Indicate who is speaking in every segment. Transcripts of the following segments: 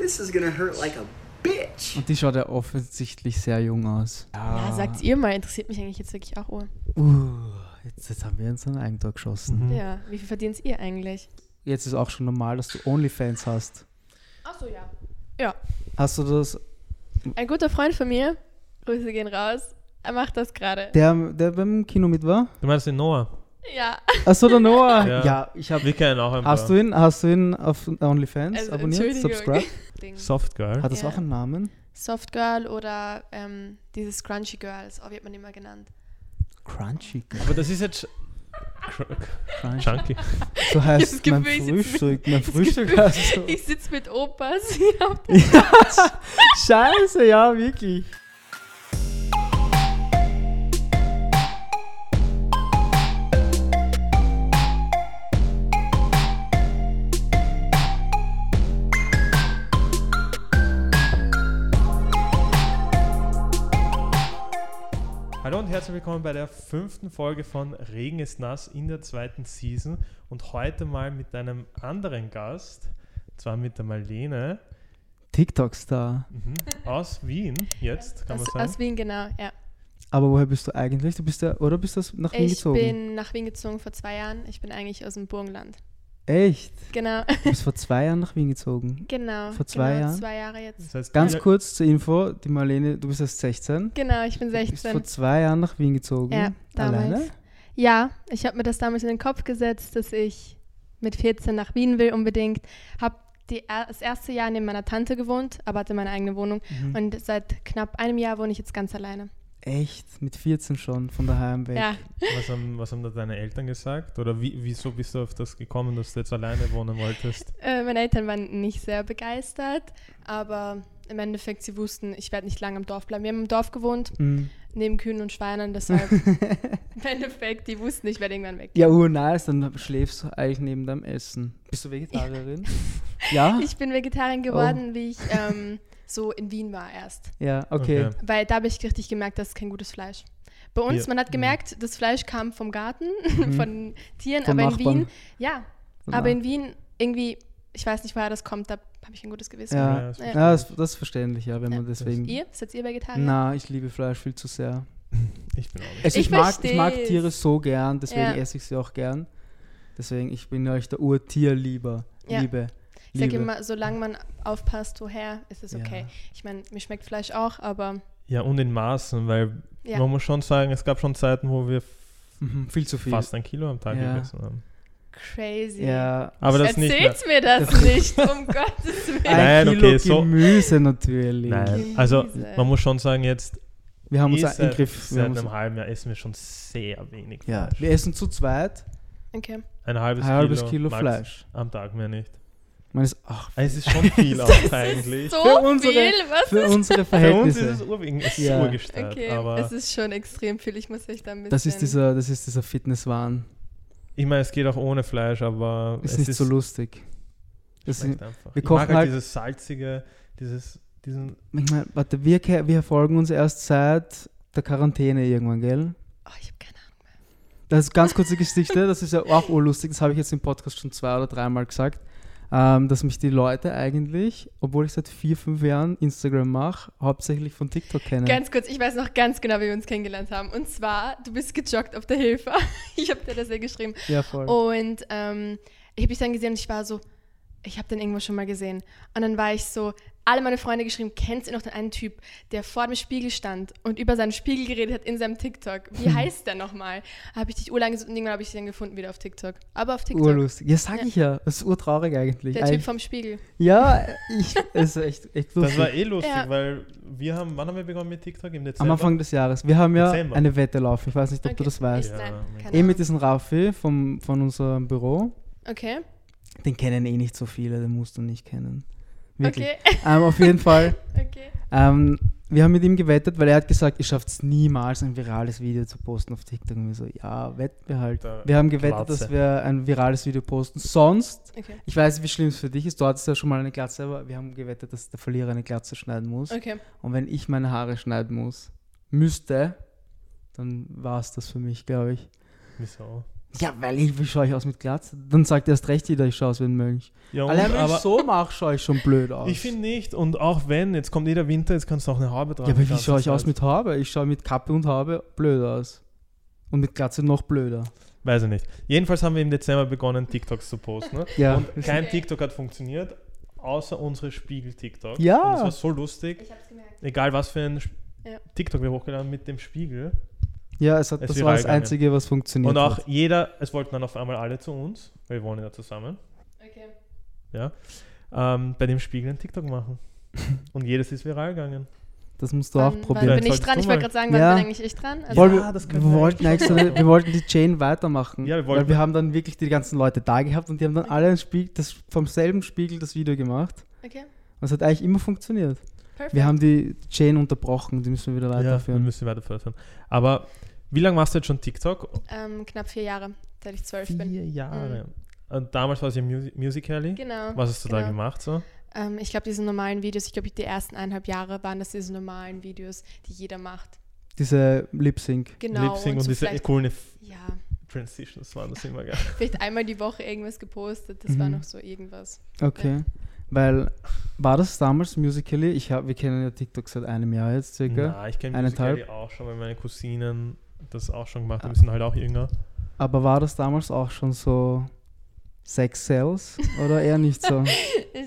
Speaker 1: this is gonna hurt like a bitch.
Speaker 2: Und die schaut ja offensichtlich sehr jung aus.
Speaker 3: Ja, sagt ihr mal, interessiert mich eigentlich jetzt wirklich auch Uhr.
Speaker 2: Uh, jetzt, jetzt haben wir uns ein Eigentor geschossen.
Speaker 3: Ja, wie viel verdient ihr eigentlich?
Speaker 2: Mhm. Jetzt ist auch schon normal, dass du Onlyfans hast.
Speaker 3: Achso, ja. Ja.
Speaker 2: Hast du das?
Speaker 3: Ein guter Freund von mir, Grüße gehen raus, er macht das gerade.
Speaker 2: Der, der beim Kino mit war?
Speaker 4: Du meinst den Noah?
Speaker 3: Ja,
Speaker 2: Achso, der Noah.
Speaker 4: Ja.
Speaker 2: ich habe.
Speaker 4: Wir kennen auch ein paar.
Speaker 2: Hast du ihn? Hast du ihn auf OnlyFans
Speaker 3: also
Speaker 2: abonniert?
Speaker 3: Entschuldigung.
Speaker 2: Subscribe?
Speaker 3: Ding.
Speaker 4: Softgirl?
Speaker 2: Hat das
Speaker 3: Ja.
Speaker 2: auch einen Namen?
Speaker 3: Softgirl oder ähm, dieses Scrunchy Girl, so wird man immer genannt.
Speaker 2: Crunchy.
Speaker 4: Aber das ist jetzt Cr-
Speaker 2: Crunchy.
Speaker 4: Chunky.
Speaker 2: So
Speaker 3: Das
Speaker 2: heißt
Speaker 3: Gefühl,
Speaker 2: mein
Speaker 3: ich sitze-
Speaker 2: Frühstück. Mein
Speaker 3: das
Speaker 2: Frühstück
Speaker 3: Gefühl,
Speaker 2: heißt so.
Speaker 3: Ich sitze mit Opas hier auf
Speaker 2: Scheiße, ja, wirklich.
Speaker 4: Hallo und herzlich willkommen bei der fünften Folge von Regen ist nass in der zweiten Season und heute mal mit einem anderen Gast, und zwar mit der Marlene
Speaker 2: TikTok-Star.
Speaker 4: mhm. aus Wien jetzt, kann man
Speaker 3: aus,
Speaker 4: sagen.
Speaker 3: aus Wien, genau, ja.
Speaker 2: Aber woher bist du eigentlich? Du bist ja, oder bist du aus- nach Wien
Speaker 3: Ich
Speaker 2: gezogen?
Speaker 3: bin nach Wien gezogen vor zwei Jahren. Ich bin eigentlich aus dem Burgenland.
Speaker 2: Echt?
Speaker 3: Genau,
Speaker 2: Du bist vor zwei Jahren nach Wien gezogen.
Speaker 3: genau.
Speaker 2: Vor zwei
Speaker 3: genau,
Speaker 2: Jahren?
Speaker 3: Zwei Jahre jetzt.
Speaker 4: Das heißt,
Speaker 2: Ganz
Speaker 4: ihr-
Speaker 2: kurz zur Info, die Marlene, du bist erst 16.
Speaker 3: Genau, ich bin
Speaker 2: Du bist
Speaker 3: 16.
Speaker 2: vor zwei Jahren nach Wien gezogen.
Speaker 3: Ja, damals.
Speaker 2: Alleine?
Speaker 3: Ja, ich habe mir das damals in den Kopf gesetzt, dass ich mit 14 nach Wien will unbedingt. Habe das erste Jahr neben meiner Tante gewohnt, aber hatte meine eigene Wohnung.
Speaker 2: Mhm.
Speaker 3: Und seit knapp einem Jahr wohne ich jetzt ganz alleine.
Speaker 2: Echt? Mit 14 schon von daheim weg.
Speaker 3: Ja,
Speaker 4: Was haben, was haben da deine Eltern gesagt? Oder wie, wieso bist du auf das gekommen, dass du jetzt alleine wohnen wolltest?
Speaker 3: äh, meine Eltern waren nicht sehr begeistert, aber im Endeffekt, sie wussten, ich werde nicht lange im Dorf bleiben. Wir haben im Dorf gewohnt,
Speaker 2: Mhm.
Speaker 3: neben Kühen und Schweinen, deshalb im Endeffekt, die wussten, ich werde irgendwann weg.
Speaker 2: Ja, urnice, dann schläfst du eigentlich neben deinem Essen. Bist du Vegetarierin? ja?
Speaker 3: Ich bin Vegetarierin geworden,
Speaker 2: Oh.
Speaker 3: wie ich ähm, so in Wien war erst.
Speaker 2: Ja, okay.
Speaker 4: Okay.
Speaker 3: Weil da habe ich richtig gemerkt, das ist kein gutes Fleisch. Bei uns,
Speaker 4: Ja.
Speaker 3: man hat
Speaker 2: Mhm.
Speaker 3: gemerkt, das Fleisch kam vom Garten, von Tieren,
Speaker 2: Vom
Speaker 3: aber
Speaker 2: Nachbarn. Genau.
Speaker 3: in Wien, ja, aber in Wien irgendwie, ich weiß nicht, woher das kommt, da habe ich ein gutes Gewissen.
Speaker 2: Ja, ja,
Speaker 4: Ja, das
Speaker 3: verstehe
Speaker 2: das, das ist verständlich, ja, wenn
Speaker 3: Ja.
Speaker 2: man deswegen.
Speaker 3: Ihr? Seid ihr Vegetarier?
Speaker 2: Na, ich liebe Fleisch viel zu sehr.
Speaker 4: Ich bin auch nicht.
Speaker 2: Also
Speaker 3: Ich
Speaker 2: ich, mag, ich
Speaker 3: versteh's.
Speaker 2: mag Tiere so gern, deswegen
Speaker 3: Ja.
Speaker 2: esse ich sie auch gern. Deswegen, ich bin euch der Urtierlieber.
Speaker 3: Ja.
Speaker 2: Liebe.
Speaker 3: Ich sage
Speaker 2: Liebe.
Speaker 3: immer, solange man aufpasst, woher, ist es
Speaker 2: Ja.
Speaker 3: okay. Ich meine, mir schmeckt Fleisch auch, aber
Speaker 4: Ja, und in Maßen, weil
Speaker 3: ja.
Speaker 4: man muss schon sagen, es gab schon Zeiten, wo wir
Speaker 2: Mhm, viel zu viel.
Speaker 4: fast ein Kilo am Tag
Speaker 2: Ja.
Speaker 4: gegessen haben.
Speaker 3: crazy.
Speaker 2: Ja.
Speaker 4: Aber das nicht mehr.
Speaker 3: Erzählt mir das nicht, um Gottes Willen.
Speaker 4: Nein,
Speaker 2: Ein Kilo
Speaker 4: okay, so-
Speaker 2: Gemüse natürlich.
Speaker 4: Nein, also
Speaker 3: Gemüse.
Speaker 4: man muss schon sagen, jetzt
Speaker 2: Wir haben
Speaker 4: eh
Speaker 2: uns
Speaker 4: seit,
Speaker 2: einen Griff. Wir
Speaker 4: seit
Speaker 2: haben
Speaker 4: einem
Speaker 2: uns,
Speaker 4: halben Jahr essen wir schon sehr wenig
Speaker 2: ja,
Speaker 4: Fleisch.
Speaker 2: wir essen zu zweit
Speaker 3: Okay.
Speaker 4: Ein halbes,
Speaker 2: ein halbes
Speaker 4: Kilo,
Speaker 2: Kilo,
Speaker 4: max
Speaker 2: Fleisch.
Speaker 4: am Tag mehr nicht. Ah,
Speaker 2: Man ist, ach,
Speaker 4: Es ist schon viel auch eigentlich.
Speaker 3: So
Speaker 2: Für unsere-
Speaker 3: viel, was?
Speaker 2: für unsere
Speaker 4: Für uns ist es,
Speaker 2: Verhältnisse.
Speaker 4: ur es ist
Speaker 2: Ja.
Speaker 4: urgestellt,
Speaker 3: Okay,
Speaker 4: aber
Speaker 3: es ist schon extrem viel. Ich muss euch da ein bisschen.
Speaker 2: Das ist dieser, das ist dieser Fitnesswahn.
Speaker 4: ich meine, es geht auch ohne Fleisch, aber
Speaker 2: Ist
Speaker 4: es
Speaker 2: nicht
Speaker 4: ist
Speaker 2: so lustig. Das
Speaker 4: schmeckt
Speaker 2: sind-
Speaker 4: einfach.
Speaker 2: wir
Speaker 4: ich mag
Speaker 2: kochen
Speaker 4: halt,
Speaker 2: halt-
Speaker 4: dieses salzige, dieses, diesen,
Speaker 2: ich meine, warte, wir, ke- wir verfolgen uns erst seit der Quarantäne irgendwann, gell?
Speaker 3: Oh, ich habe keine Ahnung.
Speaker 2: Das ist ganz kurze Geschichte, das ist ja auch urlustig, das habe ich jetzt im Podcast schon zwei oder dreimal gesagt, ähm, dass mich die Leute eigentlich, obwohl ich seit vier, fünf Jahren Instagram mache, hauptsächlich von TikTok kennen.
Speaker 3: Ganz kurz, ich weiß noch ganz genau, wie wir uns kennengelernt haben. Und zwar, du bist gejoggt auf der Hilfe. Ich habe dir das ja geschrieben.
Speaker 2: ja, voll.
Speaker 3: Und ähm, ich habe dich dann gesehen und ich war so, ich habe den irgendwo schon mal gesehen. Und dann war ich so, alle meine Freunde geschrieben, kennst du noch den einen Typ, der vor dem Spiegel stand und über seinen Spiegel geredet hat in seinem TikTok? Wie
Speaker 2: Hm.
Speaker 3: heißt der nochmal? Habe ich dich urlang gesucht und irgendwann habe ich dich dann gefunden wieder auf TikTok. Aber auf TikTok.
Speaker 2: Urlustig. Ja, sag ich ja. Das ist urtraurig eigentlich.
Speaker 3: Der Typ
Speaker 2: eigentlich
Speaker 3: vom Spiegel.
Speaker 2: ja, ich, es ist echt, echt
Speaker 4: das
Speaker 2: lustig.
Speaker 4: war eh lustig,
Speaker 3: Ja.
Speaker 4: weil wir haben, wann haben wir begonnen mit TikTok? Im
Speaker 2: Am
Speaker 4: Dezember?
Speaker 2: Anfang des Jahres. Wir haben ja
Speaker 4: Dezember.
Speaker 2: eine Wette laufen. Ich weiß nicht, ob
Speaker 3: Okay.
Speaker 2: du das weißt.
Speaker 3: Ich- nein,
Speaker 4: Ja,
Speaker 3: keine
Speaker 2: Eh
Speaker 3: Ahnung.
Speaker 2: mit diesem Raffi vom, von unserem Büro.
Speaker 3: Okay.
Speaker 2: Den kennen eh nicht so viele, den musst du nicht kennen. Wirklich.
Speaker 3: Okay.
Speaker 2: Ähm, auf jeden Fall.
Speaker 3: Okay.
Speaker 2: Ähm, wir haben mit ihm gewettet, weil er hat gesagt, ich schaffe es niemals, ein virales Video zu posten auf TikTok. Und wir so, ja, wetten wir halt.
Speaker 4: Da
Speaker 2: Wir haben gewettet,
Speaker 4: Glatze.
Speaker 2: dass wir ein virales Video posten. Sonst
Speaker 3: Okay.
Speaker 2: Ich weiß, nicht, wie schlimm es für dich ist. Du hattest ja schon mal eine Glatze, aber wir haben gewettet, dass der Verlierer eine Glatze schneiden muss.
Speaker 3: Okay.
Speaker 2: Und wenn ich meine Haare schneiden muss, müsste, dann war es das für mich, glaube ich.
Speaker 4: Wieso?
Speaker 2: Ja, weil ich, wie schaue ich aus mit Glatze? Dann sagt erst recht jeder, ich schaue aus wie ein Mönch.
Speaker 4: Ja, und,
Speaker 2: Allein wenn ich
Speaker 4: aber
Speaker 2: so mache, schaue ich schon blöd aus.
Speaker 4: ich finde nicht, und auch wenn, jetzt kommt jeder Winter, jetzt kannst du auch eine Haube drauf.
Speaker 2: ja, aber
Speaker 4: die
Speaker 2: wie
Speaker 4: ganze
Speaker 2: schaue ich aus
Speaker 4: Zeit.
Speaker 2: mit Haube? Ich schaue mit Kappe und Haube blöd aus. Und mit Glatze noch blöder.
Speaker 4: Weiß ich nicht. Jedenfalls haben wir im Dezember begonnen, TikToks zu posten. Ne?
Speaker 2: Ja.
Speaker 4: Und kein
Speaker 3: Okay.
Speaker 4: TikTok hat funktioniert, außer unsere Spiegel-Tiktoks.
Speaker 2: Ja.
Speaker 4: Und es war so lustig,
Speaker 3: Ich hab's gemerkt.
Speaker 4: egal was für ein Sp-
Speaker 3: Ja.
Speaker 4: TikTok wir hochgeladen haben mit dem Spiegel.
Speaker 2: Ja, es hat,
Speaker 4: Es
Speaker 2: das
Speaker 4: viral
Speaker 2: war das
Speaker 4: gegangen.
Speaker 2: Einzige, was funktioniert
Speaker 4: Und auch
Speaker 2: hat.
Speaker 4: jeder, es wollten dann auf einmal alle zu uns, weil wir wohnen ja zusammen,
Speaker 3: Okay.
Speaker 4: ähm, bei dem Spiegel einen TikTok machen. Und jedes ist viral gegangen.
Speaker 2: Das musst du
Speaker 3: Wann-
Speaker 2: auch
Speaker 3: Wann
Speaker 2: probieren.
Speaker 4: Vielleicht
Speaker 3: bin ich
Speaker 4: solltest
Speaker 3: dran?
Speaker 4: du
Speaker 3: Ich wollte
Speaker 4: mal.
Speaker 3: gerade sagen, wann
Speaker 2: Ja.
Speaker 3: bin eigentlich ich dran? Also,
Speaker 2: Wollen wir,
Speaker 4: das
Speaker 2: wir,
Speaker 4: können wir
Speaker 2: wollten
Speaker 4: eigentlich
Speaker 2: eigentlich so
Speaker 4: schon
Speaker 2: eine,
Speaker 4: machen.
Speaker 2: wir wollten die Chain weitermachen.
Speaker 4: Ja, wir wollten-
Speaker 2: weil wir haben dann wirklich die ganzen Leute da gehabt und die haben dann alle ein Spiegel, das, vom selben Spiegel das Video gemacht.
Speaker 3: Okay,
Speaker 2: Und es hat eigentlich immer funktioniert.
Speaker 3: perfekt.
Speaker 2: Wir haben die Chain unterbrochen, die müssen wir wieder
Speaker 4: wir
Speaker 2: weiterführen.
Speaker 4: müssen weiterführen. Aber wie lange machst du jetzt schon TikTok?
Speaker 3: ähm, knapp vier Jahre, seit ich zwölf bin. Mhm.
Speaker 4: Vier Jahre. Und damals war es ja Musi Musical.ly.
Speaker 3: Genau.
Speaker 4: Was hast du da
Speaker 3: genau.
Speaker 4: gemacht so?
Speaker 3: Ähm, ich glaube, diese normalen Videos, ich glaube, die ersten eineinhalb Jahre waren das diese normalen Videos, die jeder macht.
Speaker 2: Diese Lip Sync.
Speaker 3: Genau.
Speaker 4: Lip Sync und,
Speaker 3: so
Speaker 4: diese
Speaker 3: vielleicht,
Speaker 4: coolen
Speaker 3: ja,
Speaker 4: Transitions waren das immer geil.
Speaker 3: vielleicht einmal die Woche irgendwas gepostet, das war
Speaker 2: Mhm.
Speaker 3: noch so irgendwas.
Speaker 2: Okay. Weil war das damals Musically? Ich hab, wir kennen ja TikTok seit einem Jahr jetzt circa.
Speaker 4: Na, ich kenne
Speaker 2: Eineinhalb.
Speaker 4: Musical.ly auch schon, weil meine Cousinen das auch schon gemacht
Speaker 2: Ah.
Speaker 4: haben. Die sind halt auch jünger.
Speaker 2: Aber war das damals auch schon so Sex Sales oder eher nicht so?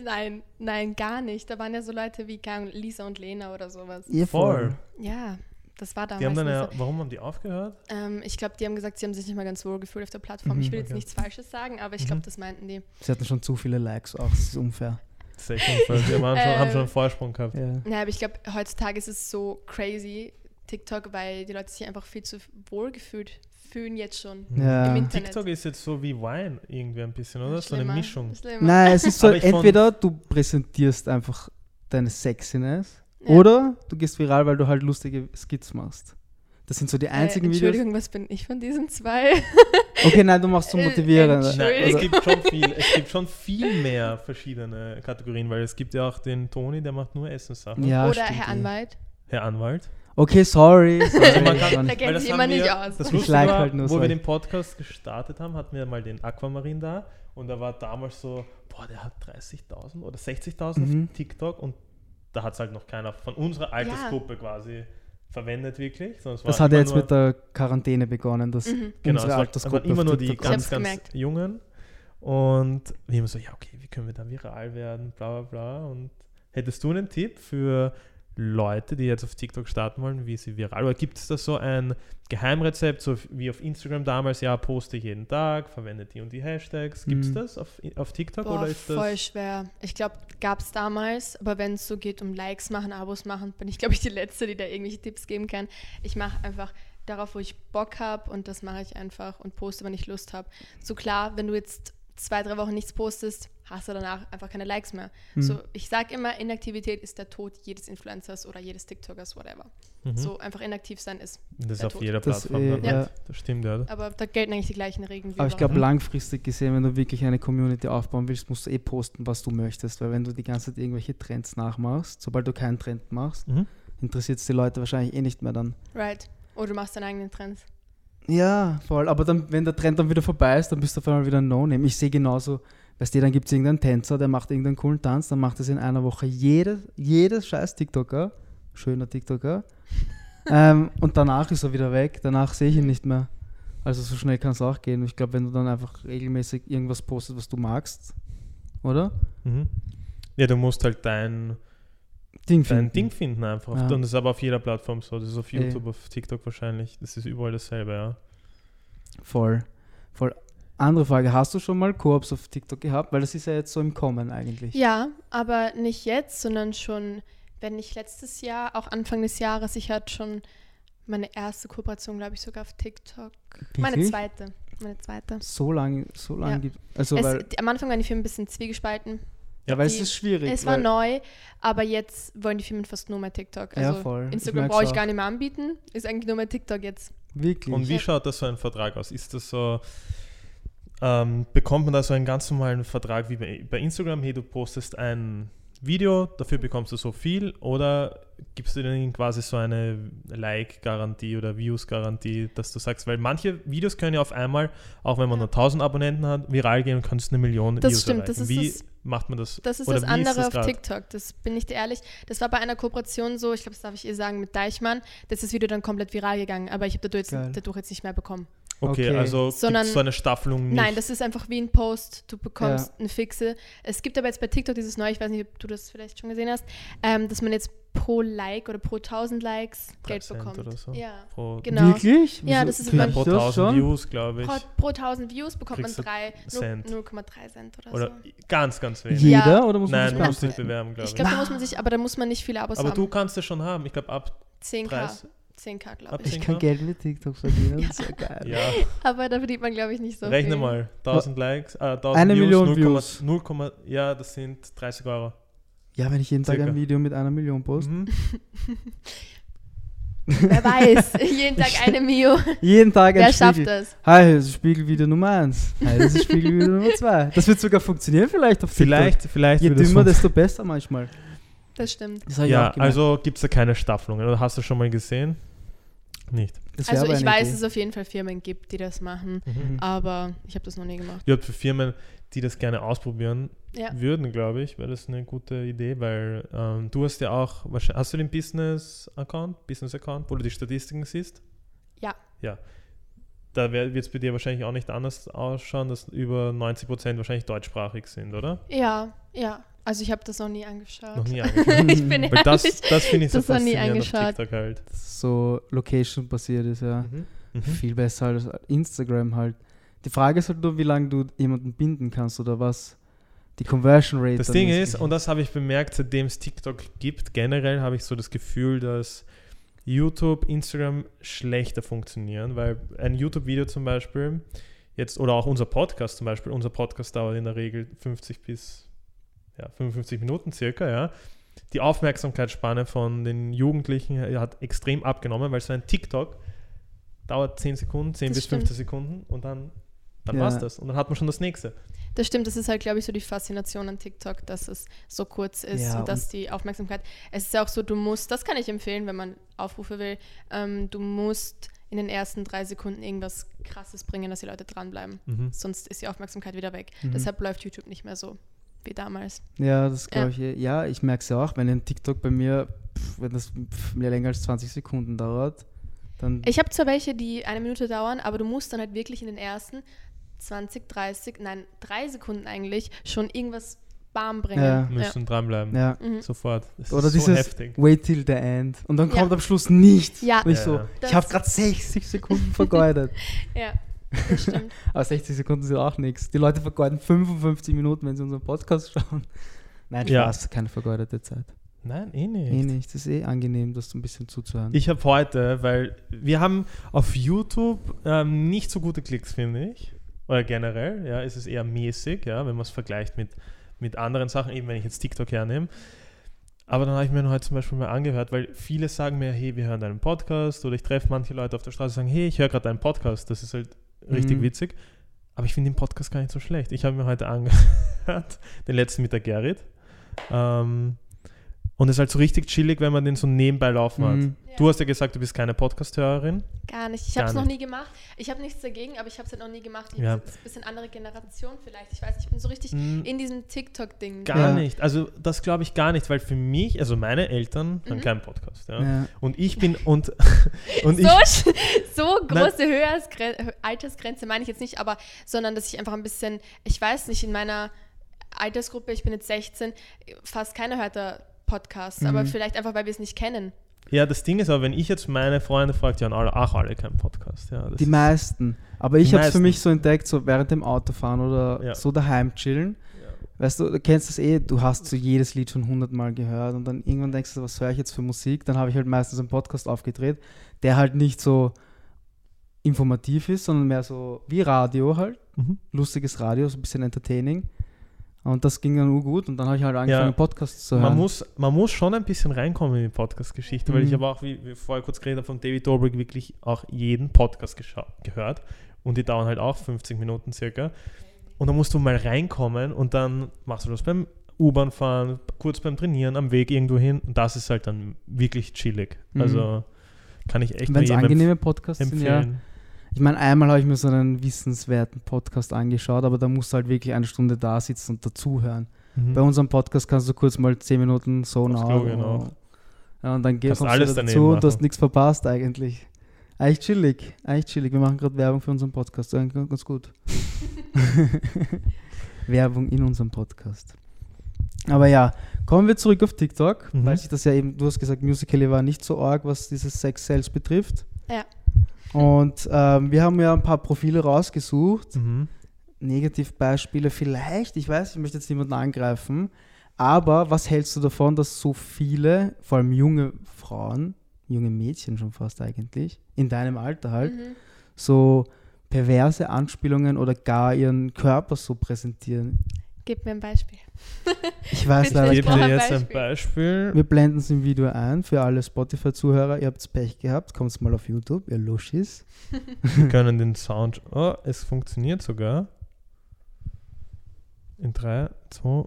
Speaker 3: Nein, nein, gar nicht. Da waren ja so Leute wie keine Ahnung, Lisa und Lena oder sowas.
Speaker 2: Ihr
Speaker 4: Voll.
Speaker 3: Ja, das war damals.
Speaker 4: Die haben dann
Speaker 3: nicht
Speaker 4: ja,
Speaker 3: so.
Speaker 4: warum haben die aufgehört?
Speaker 3: ähm, ich glaube, die haben gesagt, sie haben sich nicht mal ganz wohl gefühlt auf der Plattform.
Speaker 2: Mhm.
Speaker 3: ich will jetzt
Speaker 4: Okay.
Speaker 3: nichts Falsches sagen, aber ich glaube,
Speaker 4: Mhm.
Speaker 3: das meinten die.
Speaker 2: Sie hatten schon zu viele Likes auch, das ist unfair.
Speaker 4: Second, First. Die waren schon, haben schon
Speaker 3: Ähm.
Speaker 4: einen Vorsprung gehabt.
Speaker 2: Ja.
Speaker 3: Naja, aber ich glaube, heutzutage ist es so crazy, TikTok, weil die Leute sich einfach viel zu wohl gefühlt fühlen jetzt schon.
Speaker 2: Ja.
Speaker 3: Im Internet.
Speaker 4: Hm. TikTok ist jetzt so wie Wine irgendwie ein bisschen, oder? So eine
Speaker 3: Schlimmer,
Speaker 4: Mischung.
Speaker 3: Schlimmer.
Speaker 2: Nein, es ist so,
Speaker 4: Aber ich fand-
Speaker 2: entweder du präsentierst einfach deine Sexiness
Speaker 3: Ja.
Speaker 2: oder du gehst viral, weil du halt lustige Skits machst. Das sind so die
Speaker 3: Äh,
Speaker 2: einzigen Videos.
Speaker 3: Entschuldigung, was bin ich von diesen zwei?
Speaker 2: Okay, nein, du machst so
Speaker 3: Äh,
Speaker 2: motivierende.
Speaker 4: Nein, es
Speaker 3: Entschuldigung.
Speaker 4: gibt, schon viel, es gibt schon viel mehr verschiedene Kategorien, weil es gibt ja auch den Toni, der macht nur Essenssachen.
Speaker 2: Ja,
Speaker 3: Oder
Speaker 2: stimmt,
Speaker 3: Herr
Speaker 2: ja.
Speaker 3: Anwalt?
Speaker 4: Herr Anwalt.
Speaker 2: Okay, sorry. sorry
Speaker 4: Also man kann-
Speaker 2: schon.
Speaker 3: Da
Speaker 4: Weil
Speaker 3: kennt
Speaker 4: das
Speaker 3: sich
Speaker 4: haben
Speaker 3: immer
Speaker 4: wir-
Speaker 3: nicht aus.
Speaker 4: Das
Speaker 2: Ich
Speaker 4: Lustige
Speaker 2: like
Speaker 4: war,
Speaker 2: halt nur
Speaker 4: wo wir
Speaker 2: solche.
Speaker 4: den Podcast gestartet haben, hatten wir mal den Aquamarin da und da war damals so, boah, der hat 30.000 oder 60.000
Speaker 2: Mhm.
Speaker 4: auf TikTok und da hat es halt noch keiner von unserer Altersgruppe quasi verwendet wirklich. sondern es war
Speaker 2: Das hat
Speaker 4: immer
Speaker 2: ja jetzt
Speaker 4: nur,
Speaker 2: mit der Quarantäne begonnen, dass
Speaker 3: Mhm.
Speaker 2: unsere
Speaker 4: genau, es war, es
Speaker 2: Altersgruppe
Speaker 4: waren immer
Speaker 2: auf
Speaker 4: nur die
Speaker 2: TikTok
Speaker 4: ganz,
Speaker 3: ist.
Speaker 4: ganz
Speaker 3: Hab's gemerkt.
Speaker 4: Jungen und wir haben so, ja okay, wie können wir da viral werden, bla bla bla und hättest du einen Tipp für Leute, die jetzt auf TikTok starten wollen, wie sie viral, oder gibt es da so ein Geheimrezept, so wie auf Instagram damals, ja, poste jeden Tag, verwende die und die Hashtags. Gibt es
Speaker 2: Mhm.
Speaker 4: das auf, auf TikTok
Speaker 3: Boah,
Speaker 4: oder ist das?
Speaker 3: voll schwer. Ich glaube, gab es damals, aber wenn es so geht um Likes machen, Abos machen, bin ich, glaube ich, die Letzte, die da irgendwelche Tipps geben kann. Ich mache einfach darauf, wo ich Bock habe und das mache ich einfach und poste, wenn ich Lust habe. So klar, wenn du jetzt zwei, drei Wochen nichts postest, hast du danach einfach keine Likes mehr.
Speaker 4: Hm.
Speaker 3: So, ich sage immer, Inaktivität ist der Tod jedes Influencers oder jedes TikTokers, whatever.
Speaker 4: Mhm.
Speaker 3: So einfach inaktiv sein ist.
Speaker 4: das ist
Speaker 3: der
Speaker 4: auf
Speaker 3: Tod.
Speaker 4: jeder
Speaker 2: Das,
Speaker 4: Plattform.
Speaker 2: äh,
Speaker 4: dann,
Speaker 2: ja.
Speaker 4: halt. das stimmt, ja.
Speaker 3: Aber da gelten eigentlich die gleichen Regeln wie
Speaker 2: Aber ich
Speaker 3: überall.
Speaker 4: Mhm.
Speaker 2: glaube, langfristig gesehen, wenn du wirklich eine Community aufbauen willst, musst du eh posten, was du möchtest. Weil wenn du die ganze Zeit irgendwelche Trends nachmachst, sobald du keinen Trend machst,
Speaker 4: Mhm.
Speaker 2: interessiert es die Leute wahrscheinlich eh nicht mehr dann.
Speaker 3: Right. Oder du machst deinen eigenen Trend.
Speaker 2: Ja, voll. Aber dann, wenn der Trend dann wieder vorbei ist, dann bist du auf einmal wieder ein No-Name. Ich sehe genauso, weißt du, dann gibt es irgendeinen Tänzer, der macht irgendeinen coolen Tanz, dann macht das in einer Woche jedes, jedes scheiß TikToker, schöner TikToker. ähm, und danach ist er wieder weg, danach sehe ich ihn nicht mehr. Also so schnell kann es auch gehen. Ich glaube, wenn du dann einfach regelmäßig irgendwas postest, was du magst, oder?
Speaker 4: Mhm. Ja, du musst halt dein,
Speaker 2: Ding
Speaker 4: dein
Speaker 2: finden.
Speaker 4: Ding finden einfach.
Speaker 2: Ja.
Speaker 4: Und das ist aber auf jeder Plattform so. Das ist auf
Speaker 2: Eh.
Speaker 4: YouTube, auf TikTok wahrscheinlich. Das ist überall dasselbe, ja.
Speaker 2: Voll. Voll. Andere Frage, hast du schon mal Koops auf TikTok gehabt? Weil das ist ja jetzt so im Kommen eigentlich.
Speaker 3: Ja, aber nicht jetzt, sondern schon, wenn nicht letztes Jahr, auch Anfang des Jahres. Ich hatte schon meine erste Kooperation, glaube ich, sogar auf TikTok. Meine
Speaker 2: Wirklich?
Speaker 3: zweite. Meine zweite.
Speaker 2: So lange, so lange
Speaker 3: Ja.
Speaker 2: gibt also weil,
Speaker 3: es, die, am Anfang waren die Firmen ein bisschen zwiegespalten.
Speaker 2: ja, weil es
Speaker 3: die-
Speaker 2: ist schwierig.
Speaker 3: Es war
Speaker 2: weil,
Speaker 3: neu, aber jetzt wollen die Firmen fast nur mehr TikTok.
Speaker 2: Ja,
Speaker 3: Also
Speaker 2: voll. Ich
Speaker 3: Instagram
Speaker 2: merk's
Speaker 3: brauche ich
Speaker 2: auch.
Speaker 3: gar nicht mehr anbieten. Ist eigentlich nur mehr TikTok jetzt.
Speaker 2: Wirklich.
Speaker 4: Und wie
Speaker 3: Ja.
Speaker 4: schaut das so ein Vertrag aus? Ist das so, ähm, bekommt man da so einen ganz normalen Vertrag wie bei, bei Instagram? Hey, du postest ein Video, dafür bekommst du so viel oder gibst du denen quasi so eine Like-Garantie oder Views-Garantie, dass du sagst, weil manche Videos können ja auf einmal, auch wenn man nur 1000 Abonnenten hat, viral gehen und kannst eine Million
Speaker 3: Das
Speaker 4: Views
Speaker 3: stimmt,
Speaker 4: erreichen.
Speaker 3: das ist
Speaker 4: wie
Speaker 3: das-
Speaker 4: macht man das?
Speaker 3: Das ist
Speaker 4: oder
Speaker 3: das
Speaker 4: wie
Speaker 3: andere
Speaker 4: ist das
Speaker 3: auf
Speaker 4: grad?
Speaker 3: TikTok, das bin ich dir ehrlich. Das war bei einer Kooperation so, ich glaube, das darf ich ihr sagen, mit Deichmann. Das ist das Video dann komplett viral gegangen, aber ich habe dadurch,
Speaker 2: Geil.
Speaker 3: jetzt- dadurch jetzt nicht mehr bekommen.
Speaker 4: Okay,
Speaker 2: Okay.
Speaker 4: also
Speaker 3: Sondern-
Speaker 4: gibt's so eine Staffelung nicht.
Speaker 3: Nein, das ist einfach wie ein Post, du bekommst eine Fixe. Es gibt aber jetzt bei TikTok dieses neue, ich weiß nicht, ob du das vielleicht schon gesehen hast, ähm, dass man jetzt pro Like oder pro 1000 Likes Geld
Speaker 4: 3 Cent
Speaker 3: bekommt.
Speaker 4: oder so.
Speaker 3: Ja.
Speaker 4: pro,
Speaker 3: Genau.
Speaker 2: Wirklich?
Speaker 3: Ja, das ist
Speaker 2: krieg
Speaker 3: immer-
Speaker 2: ich
Speaker 4: pro
Speaker 2: das
Speaker 4: 1000
Speaker 2: schon?
Speaker 4: Views, glaube ich.
Speaker 3: Pro, pro 1000 Views bekommt man
Speaker 4: Kriegst du
Speaker 3: drei-
Speaker 4: Cent.
Speaker 3: 0,3 Cent oder,
Speaker 4: Oder
Speaker 3: so.
Speaker 4: ganz, ganz wenig.
Speaker 2: Jeder
Speaker 3: Ja.
Speaker 2: oder muss man
Speaker 4: Nein,
Speaker 2: sich
Speaker 4: du musst dich
Speaker 2: bewerben?
Speaker 4: bewerben, glaube ich.
Speaker 3: Ich glaube, da muss man sich, aber da muss man nicht viele Abos
Speaker 4: aber
Speaker 3: haben.
Speaker 4: du kannst es schon haben. Ich glaube, ab
Speaker 3: 10k,
Speaker 4: 30.
Speaker 3: 10k glaube
Speaker 4: ab
Speaker 3: ich.
Speaker 2: Ich kann Geld mit TikTok verdienen, das ist ja geil.
Speaker 4: Ja,
Speaker 3: Aber da verdient man glaube ich nicht so viel.
Speaker 4: rechne mal. 1000 Likes, äh, 1000
Speaker 2: Eine
Speaker 4: Views,
Speaker 2: Million
Speaker 4: 0,0,
Speaker 2: Views.
Speaker 4: 0,0, ja, das sind 30 Euro.
Speaker 2: Ja, wenn ich jeden Tag
Speaker 4: Circa.
Speaker 2: ein Video mit einer Million poste.
Speaker 4: Mhm.
Speaker 3: Wer weiß, jeden Tag eine Mio.
Speaker 2: Jeden Tag ein
Speaker 3: Wer
Speaker 2: Spiegel.
Speaker 3: schafft das?
Speaker 2: Hi, das ist Spiegelvideo Nummer 1. Hi, das ist Spiegelvideo Nummer 2. Das wird sogar funktionieren vielleicht auf TikTok.
Speaker 4: Vielleicht, vielleicht
Speaker 2: Je
Speaker 4: wird es
Speaker 2: dümmer,
Speaker 4: fun-
Speaker 2: desto besser manchmal.
Speaker 3: Das stimmt.
Speaker 2: Das hab ich
Speaker 4: Ja,
Speaker 2: auch gemerkt.
Speaker 4: also gibt es da keine Staffelungen. Oder hast du schon mal gesehen? Nicht.
Speaker 2: das wär
Speaker 3: Also
Speaker 2: aber
Speaker 3: ich
Speaker 2: eine
Speaker 3: weiß,
Speaker 2: Idee.
Speaker 3: dass es auf jeden Fall Firmen gibt, die das machen,
Speaker 2: Mhm.
Speaker 3: aber ich habe das noch nie gemacht.
Speaker 4: Ja, für Firmen, die das gerne ausprobieren
Speaker 3: Ja.
Speaker 4: würden, glaube ich, wäre das eine gute Idee, weil ähm, du hast ja auch, wahrscheinlich- hast du den Business-Account, Business-Account, wo du die Statistiken siehst?
Speaker 3: Ja.
Speaker 4: Ja. Da wird es bei dir wahrscheinlich auch nicht anders ausschauen, dass über 90 Prozent wahrscheinlich deutschsprachig sind, oder?
Speaker 3: Ja, ja. Also ich habe das noch nie angeschaut.
Speaker 4: Noch nie angeschaut. Hm.
Speaker 3: ich bin
Speaker 4: Weil
Speaker 3: ehrlich.
Speaker 4: das, das finde ich so
Speaker 3: das noch nie
Speaker 4: faszinierend auf
Speaker 3: angeschaut.
Speaker 4: TikTok halt.
Speaker 2: Dass es so Location basiert ist, ja.
Speaker 4: Mhm. Mhm.
Speaker 2: Viel besser als Instagram halt. Die Frage ist halt nur, wie lange du jemanden binden kannst oder was die Conversion Rate
Speaker 4: Das
Speaker 2: dann
Speaker 4: Ding ist, und das habe ich bemerkt, seitdem es TikTok gibt, generell habe ich so das Gefühl, dass YouTube, Instagram schlechter funktionieren, weil ein YouTube-Video zum Beispiel, jetzt, oder auch unser Podcast zum Beispiel, unser Podcast dauert in der Regel 50 bis ja, 55 Minuten circa, ja. Die Aufmerksamkeitsspanne von den Jugendlichen hat extrem abgenommen, weil so ein TikTok dauert 10 Sekunden, 10
Speaker 3: Das
Speaker 4: bis
Speaker 3: stimmt.
Speaker 4: 15 Sekunden und dann, dann
Speaker 2: Ja.
Speaker 4: war's das. Und dann hat man schon das nächste.
Speaker 3: Das stimmt, das ist halt, glaube ich, so die Faszination an TikTok, dass es so kurz ist
Speaker 2: Ja,
Speaker 3: und dass die Aufmerksamkeit. Es ist ja auch so, du musst, das kann ich empfehlen, wenn man Aufrufe will, ähm, du musst in den ersten drei Sekunden irgendwas Krasses bringen, dass die Leute dranbleiben.
Speaker 4: Mhm.
Speaker 3: Sonst ist die Aufmerksamkeit wieder weg.
Speaker 2: Mhm.
Speaker 3: Deshalb läuft YouTube nicht mehr so wie damals.
Speaker 2: Ja, das glaube ich. eh. Ja, ich merke es ja auch, wenn ein TikTok bei mir, pff, wenn das pff, mir länger als 20 Sekunden dauert, dann.
Speaker 3: Ich habe zwar welche, die eine Minute dauern, aber du musst dann halt wirklich in den ersten 20, 30, nein, drei Sekunden eigentlich schon irgendwas warm bringen. Ja.
Speaker 4: Müssen dranbleiben.
Speaker 2: ja.
Speaker 3: Mhm.
Speaker 4: Sofort. Das
Speaker 2: Oder
Speaker 4: ist so
Speaker 2: dieses
Speaker 4: heftig.
Speaker 2: Wait till the end. Und dann
Speaker 3: Ja.
Speaker 2: kommt am Schluss nichts.
Speaker 3: Ja.
Speaker 2: Nicht
Speaker 4: Ja,
Speaker 2: so.
Speaker 4: ja.
Speaker 3: Das-
Speaker 2: Ich habe gerade 60 Sekunden vergeudet.
Speaker 3: ja, das stimmt.
Speaker 2: Aber 60 Sekunden sind auch nichts. Die Leute vergeuden 55 Minuten, wenn sie unseren Podcast schauen. Nein,
Speaker 4: Ja.
Speaker 2: Spaß, keine vergeudete Zeit.
Speaker 4: Nein, eh nicht.
Speaker 2: Eh nicht. Es ist eh angenehm, das so ein bisschen zuzuhören.
Speaker 4: Ich habe heute, weil wir haben auf YouTube ähm, nicht so gute Klicks, finde ich. Oder generell, ja, ist es eher mäßig, ja, wenn man es vergleicht mit, mit anderen Sachen, eben wenn ich jetzt TikTok hernehme. Aber dann habe ich mir heute zum Beispiel mal angehört, weil viele sagen mir, hey, wir hören deinen Podcast oder ich treffe manche Leute auf der Straße und sagen, hey, ich höre gerade deinen Podcast. Das ist halt richtig
Speaker 2: Mhm.
Speaker 4: witzig. Aber ich finde den Podcast gar nicht so schlecht. Ich habe mir heute angehört, den letzten mit der Gerrit. Ähm, und es ist halt so richtig chillig, wenn man den so nebenbei laufen hat.
Speaker 2: Mhm.
Speaker 4: Du hast ja gesagt, du bist keine Podcast-Hörerin.
Speaker 3: Gar nicht. Ich
Speaker 4: Gar
Speaker 3: habe es noch
Speaker 4: nicht.
Speaker 3: nie gemacht. Ich habe nichts dagegen, aber ich habe es halt noch nie gemacht. Ich
Speaker 4: Ja.
Speaker 3: bin jetzt ein bisschen andere Generation vielleicht. Ich weiß, nicht, ich bin so richtig
Speaker 4: Mm,
Speaker 3: in diesem TikTok-Ding.
Speaker 4: Gar
Speaker 2: Ja.
Speaker 4: nicht. Also das glaube ich gar nicht, weil für mich, also meine Eltern hören
Speaker 3: Mhm.
Speaker 4: keinen Podcast. Ja.
Speaker 2: Ja.
Speaker 4: Und ich bin und, und
Speaker 3: So,
Speaker 4: ich.
Speaker 3: sch- so
Speaker 4: Nein.
Speaker 3: große Höhersgren- Altersgrenze meine ich jetzt nicht, aber sondern dass ich einfach ein bisschen, ich weiß nicht, in meiner Altersgruppe, ich bin jetzt 16, fast keiner hört da Podcasts,
Speaker 4: Mhm.
Speaker 3: aber vielleicht einfach, weil wir es nicht kennen.
Speaker 4: Ja, das Ding ist aber, wenn ich jetzt meine Freunde frage, die haben alle, ach, alle keinen Podcast. Ja, das
Speaker 2: Die
Speaker 4: ist-
Speaker 2: meisten. Aber ich
Speaker 4: Die
Speaker 2: habe es für
Speaker 4: meisten.
Speaker 2: mich so entdeckt, so während dem Autofahren oder
Speaker 4: Ja.
Speaker 2: so daheim chillen. Weißt du, du kennst das eh, du hast so jedes Lied schon hundertmal gehört und dann irgendwann denkst du, was höre ich jetzt für Musik? Dann habe ich halt meistens einen Podcast aufgedreht, der halt nicht so informativ ist, sondern mehr so wie Radio halt.
Speaker 4: Mhm.
Speaker 2: Lustiges Radio, so ein bisschen entertaining. Und das ging dann gut und dann habe ich halt angefangen,
Speaker 4: Ja.
Speaker 2: Podcasts zu hören.
Speaker 4: Man muss, man muss schon ein bisschen reinkommen in die Podcast-Geschichte, weil ich
Speaker 2: Mhm.
Speaker 4: habe auch, wie wir vorher kurz geredet haben, von David Dobrik wirklich auch jeden Podcast gescha- gehört. Und die dauern halt auch 50 Minuten circa. Und dann musst du mal reinkommen und dann machst du das beim U-Bahn fahren, kurz beim Trainieren, am Weg irgendwo hin. Und das ist halt dann wirklich chillig.
Speaker 2: Mhm.
Speaker 4: Also kann ich echt
Speaker 2: Wenn es
Speaker 4: nur jedem
Speaker 2: angenehme Podcasts
Speaker 4: empf-
Speaker 2: sind, ja.
Speaker 4: empfehlen.
Speaker 2: Ich meine, einmal habe ich mir so einen wissenswerten Podcast angeschaut, aber da musst du halt wirklich eine Stunde da sitzen und dazuhören.
Speaker 4: Mhm.
Speaker 2: Bei unserem Podcast kannst du kurz mal 10 Minuten so
Speaker 4: Aufs
Speaker 2: nah.
Speaker 4: Klo gehen auch.
Speaker 2: Ja, und dann gehst
Speaker 4: Kannst
Speaker 2: du
Speaker 4: alles
Speaker 2: alles
Speaker 4: daneben
Speaker 2: dazu und du hast
Speaker 4: machen.
Speaker 2: nichts verpasst eigentlich. Eigentlich chillig, eigentlich chillig. Wir machen gerade Werbung für unseren Podcast, eigentlich ganz gut. Werbung in unserem Podcast. Aber ja, kommen wir zurück auf TikTok,
Speaker 4: Mhm.
Speaker 2: weil sich das ja eben, du hast gesagt, Musical.ly war nicht so arg, was dieses Sex-Sales betrifft.
Speaker 3: Ja.
Speaker 2: Und ähm, wir haben ja ein paar Profile rausgesucht,
Speaker 4: Mhm.
Speaker 2: Negativbeispiele vielleicht, ich weiß, ich möchte jetzt niemanden angreifen, aber was hältst du davon, dass so viele, vor allem junge Frauen, junge Mädchen schon fast eigentlich, in deinem Alter halt,
Speaker 3: Mhm.
Speaker 2: so perverse Anspielungen oder gar ihren Körper so präsentieren?
Speaker 3: Gib mir ein Beispiel.
Speaker 2: Ich weiß
Speaker 3: Bitte.
Speaker 2: leider
Speaker 4: Gib
Speaker 3: brauch
Speaker 2: gar
Speaker 4: dir
Speaker 3: ein
Speaker 4: jetzt ein
Speaker 3: Beispiel.
Speaker 4: Beispiel.
Speaker 2: Wir blenden es im Video ein für alle Spotify-Zuhörer. Ihr habt Pech gehabt, kommt mal auf YouTube, ihr Luschis.
Speaker 4: Wir können den Sound. Oh, es funktioniert sogar. In 3, 2,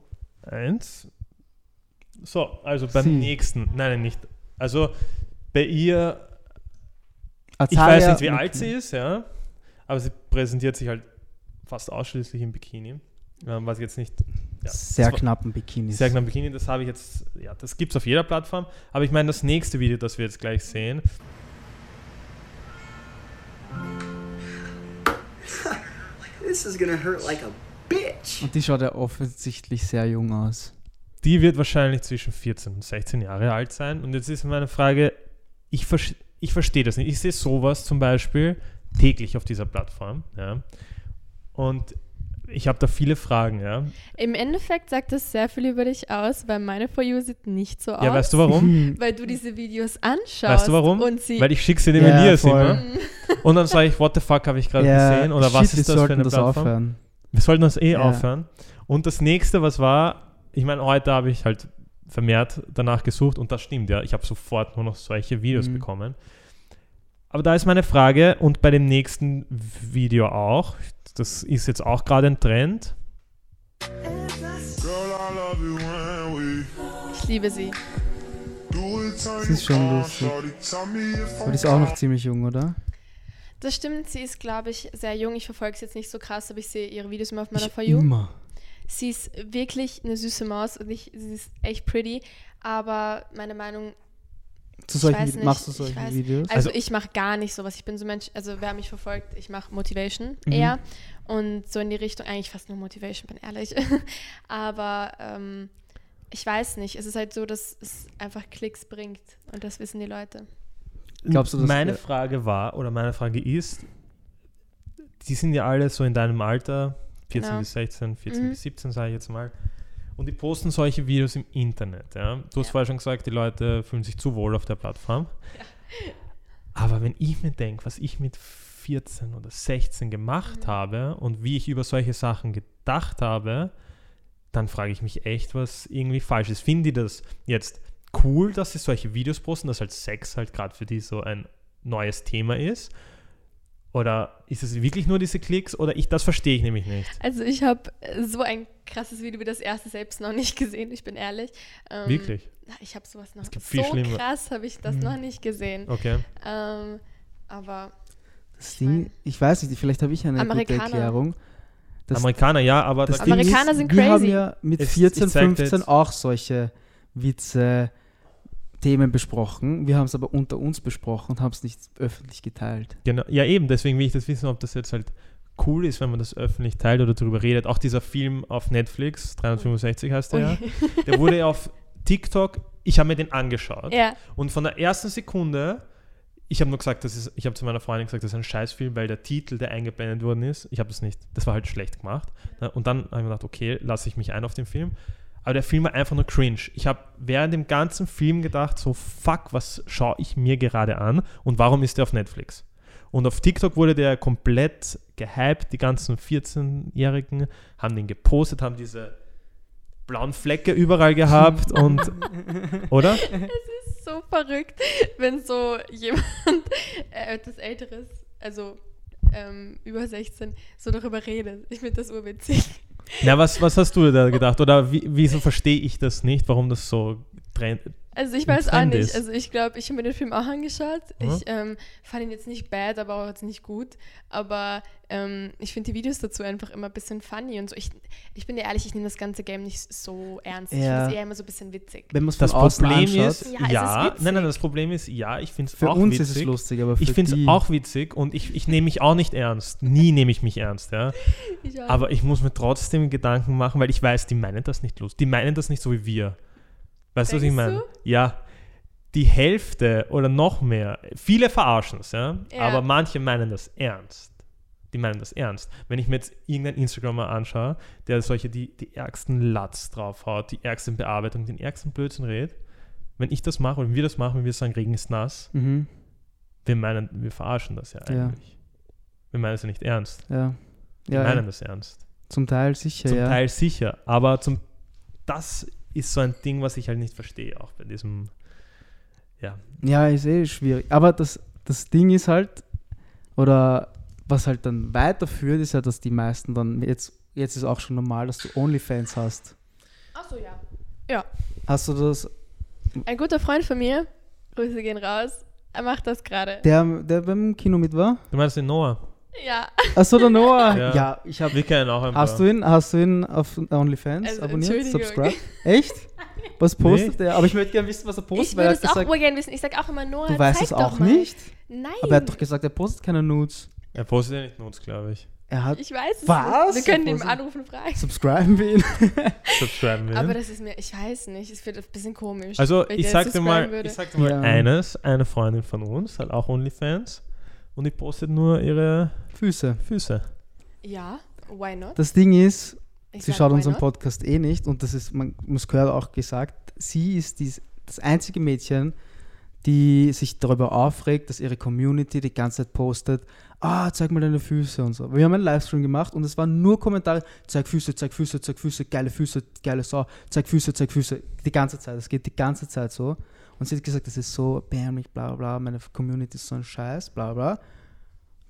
Speaker 4: 1. So, also beim
Speaker 2: Sie.
Speaker 4: nächsten. Nein, nein, nicht. Also bei ihr Ich
Speaker 2: Azalea
Speaker 4: weiß nicht, wie
Speaker 2: mit-
Speaker 4: alt sie ist, ja. Aber sie präsentiert sich halt fast ausschließlich im Bikini. Ähm, was ich jetzt nicht. Ja,
Speaker 2: Sehr
Speaker 4: das war-
Speaker 2: knappen Bikinis.
Speaker 4: Sehr knapp Bikini, das habe ich jetzt. Ja, das gibt es auf jeder Plattform. Aber ich meine, das nächste Video, das wir jetzt gleich sehen.
Speaker 1: This is gonna hurt like a bitch.
Speaker 2: Und die schaut ja offensichtlich sehr jung aus.
Speaker 4: die wird wahrscheinlich zwischen 14 und 16 Jahre alt sein. Und jetzt ist meine Frage, ich, versch- ich verstehe das nicht. Ich sehe sowas zum Beispiel täglich auf dieser Plattform. Ja. Und ich habe da viele Fragen, ja.
Speaker 3: Im Endeffekt sagt das sehr viel über dich aus, weil meine For You sieht nicht so aus.
Speaker 4: Ja, weißt du warum?
Speaker 3: Weil du diese Videos anschaust.
Speaker 4: Weißt du warum?
Speaker 3: Und sie Mhm.
Speaker 4: Weil ich schicke sie dem
Speaker 2: Ja,
Speaker 4: Elias
Speaker 2: voll.
Speaker 4: immer. Und dann sage ich, what the fuck habe ich gerade gesehen? Oder was
Speaker 2: shit, wir
Speaker 4: ist das für
Speaker 2: sollten
Speaker 4: eine
Speaker 2: das
Speaker 4: Plattform?
Speaker 2: Aufhören.
Speaker 4: Wir sollten das eh
Speaker 2: Ja.
Speaker 4: aufhören. Und das nächste, was war, ich meine, heute habe ich halt vermehrt danach gesucht und das stimmt, ja. Ich habe sofort nur noch solche Videos
Speaker 2: Mhm.
Speaker 4: bekommen. Aber da ist meine Frage und bei dem nächsten Video auch, das ist jetzt auch gerade ein Trend.
Speaker 5: Girl, I love it when we
Speaker 3: ich liebe sie.
Speaker 5: do it till
Speaker 2: Das
Speaker 5: you
Speaker 2: ist schon
Speaker 5: come,
Speaker 2: lustig.
Speaker 5: shawty. Tell me if
Speaker 2: Aber
Speaker 5: I'm
Speaker 2: die ist auch noch ziemlich jung, oder?
Speaker 3: Das stimmt, sie ist, glaube ich, sehr jung. Ich verfolge es jetzt nicht so krass, aber ich sehe ihre Videos immer auf meiner
Speaker 2: Ich
Speaker 3: For You.
Speaker 2: Immer.
Speaker 3: Sie ist wirklich eine süße Maus und ich, sie ist echt pretty. Aber meine Meinung,
Speaker 2: Zu
Speaker 3: Ich
Speaker 2: solchen,
Speaker 3: weiß
Speaker 2: Vi-
Speaker 3: nicht,
Speaker 2: machst du
Speaker 3: ich
Speaker 2: solche
Speaker 3: weiß-
Speaker 2: Videos?
Speaker 3: also,
Speaker 4: Also-
Speaker 3: ich mache gar nicht sowas. Ich bin so Mensch, also wer mich verfolgt, ich mache Motivation
Speaker 2: Mhm.
Speaker 3: eher. Und so in die Richtung, eigentlich fast nur Motivation, bin ehrlich. aber ähm, ich weiß nicht. Es ist halt so, dass es einfach Klicks bringt. Und das wissen die Leute.
Speaker 2: Glaubst du, dass-
Speaker 4: meine
Speaker 2: ja.
Speaker 4: Frage war, oder meine Frage ist, die sind ja alle so in deinem Alter, 14
Speaker 3: Genau.
Speaker 4: bis 16, 14
Speaker 3: Mhm.
Speaker 4: bis 17, sage ich jetzt mal. Und die posten solche Videos im Internet. Ja? Du hast
Speaker 3: Ja.
Speaker 4: vorher schon gesagt, die Leute fühlen sich zu wohl auf der Plattform. Aber wenn ich mir denke, was ich mit 14 oder 16 gemacht
Speaker 3: Mhm.
Speaker 4: habe und wie ich über solche Sachen gedacht habe, dann frage ich mich echt, was irgendwie falsch ist. Finden die das jetzt cool, dass sie solche Videos posten, dass halt Sex halt gerade für die so ein neues Thema ist? Oder ist es wirklich nur diese Klicks? Oder ich, das verstehe ich nämlich nicht.
Speaker 3: Also ich habe so ein krasses Video wie das erste selbst noch nicht gesehen, ich bin ehrlich. Ähm,
Speaker 4: Wirklich?
Speaker 3: na, Ich habe sowas noch
Speaker 4: gibt
Speaker 3: nicht
Speaker 4: viel Mhm.
Speaker 3: So
Speaker 4: schlimmer.
Speaker 3: krass habe ich das noch nicht gesehen.
Speaker 4: Okay.
Speaker 3: Ähm, aber
Speaker 2: das Ding,
Speaker 3: meine-
Speaker 2: ich weiß nicht, vielleicht habe ich eine
Speaker 3: Amerikaner.
Speaker 2: gute Erklärung. Das-
Speaker 4: Amerikaner, ja, aber
Speaker 2: das
Speaker 4: da
Speaker 2: Ding
Speaker 4: gibt-
Speaker 3: Amerikaner
Speaker 2: ist,
Speaker 3: sind
Speaker 2: Wir haben
Speaker 3: crazy.
Speaker 2: ja mit
Speaker 4: Es- ich
Speaker 2: 14,
Speaker 4: zeig dir
Speaker 2: 15
Speaker 4: jetzt-
Speaker 2: auch solche Witze, Themen besprochen. Wir haben es aber unter uns besprochen und haben es nicht öffentlich geteilt.
Speaker 4: Genau, ja eben, deswegen will ich das wissen, ob das jetzt halt cool ist, wenn man das öffentlich teilt oder darüber redet. Auch dieser Film auf Netflix, 365 heißt der,
Speaker 3: Ui.
Speaker 4: ja, der wurde ja auf TikTok, ich habe mir den angeschaut.
Speaker 3: ja,
Speaker 4: Und von der ersten Sekunde, ich habe nur gesagt, das ist, ich habe zu meiner Freundin gesagt, das ist ein Scheißfilm, weil der Titel, der eingeblendet worden ist, ich habe das nicht, das war halt schlecht gemacht. Ne? Und dann habe ich mir gedacht, okay, lasse ich mich ein auf den Film. Aber der Film war einfach nur cringe. Ich habe während dem ganzen Film gedacht, so fuck, was schaue ich mir gerade an und warum ist der auf Netflix? Und auf TikTok wurde der komplett gehypt. Die ganzen 14-Jährigen haben den gepostet, haben diese blauen Flecke überall gehabt und, oder?
Speaker 3: so verrückt, wenn so jemand äh, etwas Älteres, also ähm, über 16, so darüber redet. Ich finde das urwitzig.
Speaker 4: Na, was, was hast du da gedacht? Oder wie, wieso verstehe ich das nicht, warum das so trend?
Speaker 3: Also ich
Speaker 4: ein
Speaker 3: weiß auch
Speaker 4: Trend
Speaker 3: nicht.
Speaker 4: ist.
Speaker 3: Also ich glaube, ich habe mir den Film auch angeschaut.
Speaker 4: Mhm.
Speaker 3: Ich ähm, fand ihn jetzt nicht bad, aber auch jetzt nicht gut. Aber ähm, ich finde die Videos dazu einfach immer ein bisschen funny und so. Ich, ich bin dir ehrlich, ich nehme das ganze Game nicht so ernst. Ich
Speaker 2: Ja.
Speaker 3: finde es eher immer so ein bisschen witzig.
Speaker 2: Wenn man es von
Speaker 4: Das
Speaker 2: außen
Speaker 4: Problem
Speaker 2: anschaut,
Speaker 4: ist,
Speaker 3: Ja, es
Speaker 4: ja,
Speaker 3: ist witzig.
Speaker 4: nein, nein, das Problem ist, ja, ich finde es
Speaker 2: für
Speaker 4: auch
Speaker 2: uns
Speaker 4: witzig.
Speaker 2: ist es lustig, aber für
Speaker 4: Ich finde
Speaker 2: die-
Speaker 4: es auch witzig und ich, ich nehme mich auch nicht ernst. Nie nehme ich mich ernst, ja.
Speaker 3: Ich auch.
Speaker 4: Aber ich muss mir trotzdem Gedanken machen, weil ich weiß, die meinen das nicht lustig. Die meinen das nicht so wie wir. Weißt du, was ich
Speaker 3: Denkst
Speaker 4: meine?
Speaker 3: du?
Speaker 4: Ja. Die Hälfte oder noch mehr, viele verarschen es, ja?
Speaker 3: Ja.
Speaker 4: aber manche meinen das ernst. Die meinen das ernst. Wenn ich mir jetzt irgendeinen Instagrammer anschaue, der solche die, die ärgsten Latz draufhaut, die ärgsten Bearbeitung, den ärgsten Blödsinn redet, wenn ich das mache, wenn wir das machen, wenn wir sagen, Regen ist nass,
Speaker 2: Mhm,
Speaker 4: wir meinen, wir verarschen das ja
Speaker 2: Ja.
Speaker 4: eigentlich. Wir meinen es ja nicht ernst.
Speaker 2: ja.
Speaker 4: Wir
Speaker 2: Ja,
Speaker 4: meinen
Speaker 2: ja,
Speaker 4: das ernst.
Speaker 2: zum Teil sicher,
Speaker 4: Zum
Speaker 2: ja.
Speaker 4: Teil sicher, aber zum das ist so ein Ding, was ich halt nicht verstehe, auch bei diesem. Ja,
Speaker 2: Ja, ist eh schwierig. Aber das, das Ding ist halt, oder was halt dann weiterführt, ist ja, dass die meisten dann, jetzt, jetzt ist auch schon normal, dass du Onlyfans hast.
Speaker 3: Achso, ja.
Speaker 2: Hast du das,
Speaker 3: Ein guter Freund von mir, Grüße gehen raus, er macht das gerade.
Speaker 2: der, der beim Kino mit war?
Speaker 4: du meinst den Noah?
Speaker 3: Ja,
Speaker 2: Achso, der Noah.
Speaker 4: Ja.
Speaker 2: Ja, ich habe.
Speaker 4: Wir kennen auch ein paar.
Speaker 2: Hast du ihn, hast du ihn auf OnlyFans
Speaker 3: Also,
Speaker 2: abonniert,
Speaker 3: Entschuldigung.
Speaker 2: subscribed? Echt? Was postet
Speaker 4: Nee.
Speaker 2: er? Aber ich möchte gerne wissen, was er postet,
Speaker 3: ich
Speaker 2: weil er
Speaker 3: würde
Speaker 2: hat
Speaker 3: es auch
Speaker 2: gesagt,
Speaker 3: urgern wissen. Ich sage auch immer Noah,
Speaker 2: du weißt
Speaker 3: zeig
Speaker 2: es auch
Speaker 3: doch mal.
Speaker 2: nicht.
Speaker 3: Nein.
Speaker 2: Aber er hat doch gesagt, er postet keine Nudes.
Speaker 4: er postet ja nicht Notes, glaube ich.
Speaker 2: Er hat.
Speaker 3: ich weiß es
Speaker 2: Was?
Speaker 3: nicht. Wir können ihm
Speaker 2: Was?
Speaker 3: anrufen und fragen.
Speaker 2: Subscriben wir ihn.
Speaker 4: Subscriben wir.
Speaker 3: Aber
Speaker 4: ihn.
Speaker 3: das ist mir, ich weiß nicht, es wird ein bisschen komisch.
Speaker 4: Also,
Speaker 3: wenn
Speaker 4: ich
Speaker 3: der
Speaker 4: sag,
Speaker 3: das
Speaker 4: dir
Speaker 3: subscriben
Speaker 4: mal,
Speaker 3: würde.
Speaker 4: ich sag dir mal
Speaker 2: Ja.
Speaker 4: eines: Eine Freundin von uns hat auch OnlyFans und die postet nur ihre
Speaker 2: Füße.
Speaker 4: Füße.
Speaker 3: Ja, why not?
Speaker 2: Das Ding ist,
Speaker 3: Ich
Speaker 2: sie
Speaker 3: sag,
Speaker 2: schaut
Speaker 3: why
Speaker 2: unseren
Speaker 3: not?
Speaker 2: Podcast eh nicht und das ist, man muss gehört auch gesagt, sie ist dies, das einzige Mädchen, die sich darüber aufregt, dass ihre Community die ganze Zeit postet, ah, zeig mal deine Füße und so. Wir haben einen Livestream gemacht und es waren nur Kommentare, zeig Füße, zeig Füße, zeig Füße, geile Füße, geile Sau, zeig Füße, zeig Füße, die ganze Zeit, es geht die ganze Zeit so. Und sie hat gesagt, das ist so bärmlich, bla bla, bla, meine Community ist so ein Scheiß, bla bla.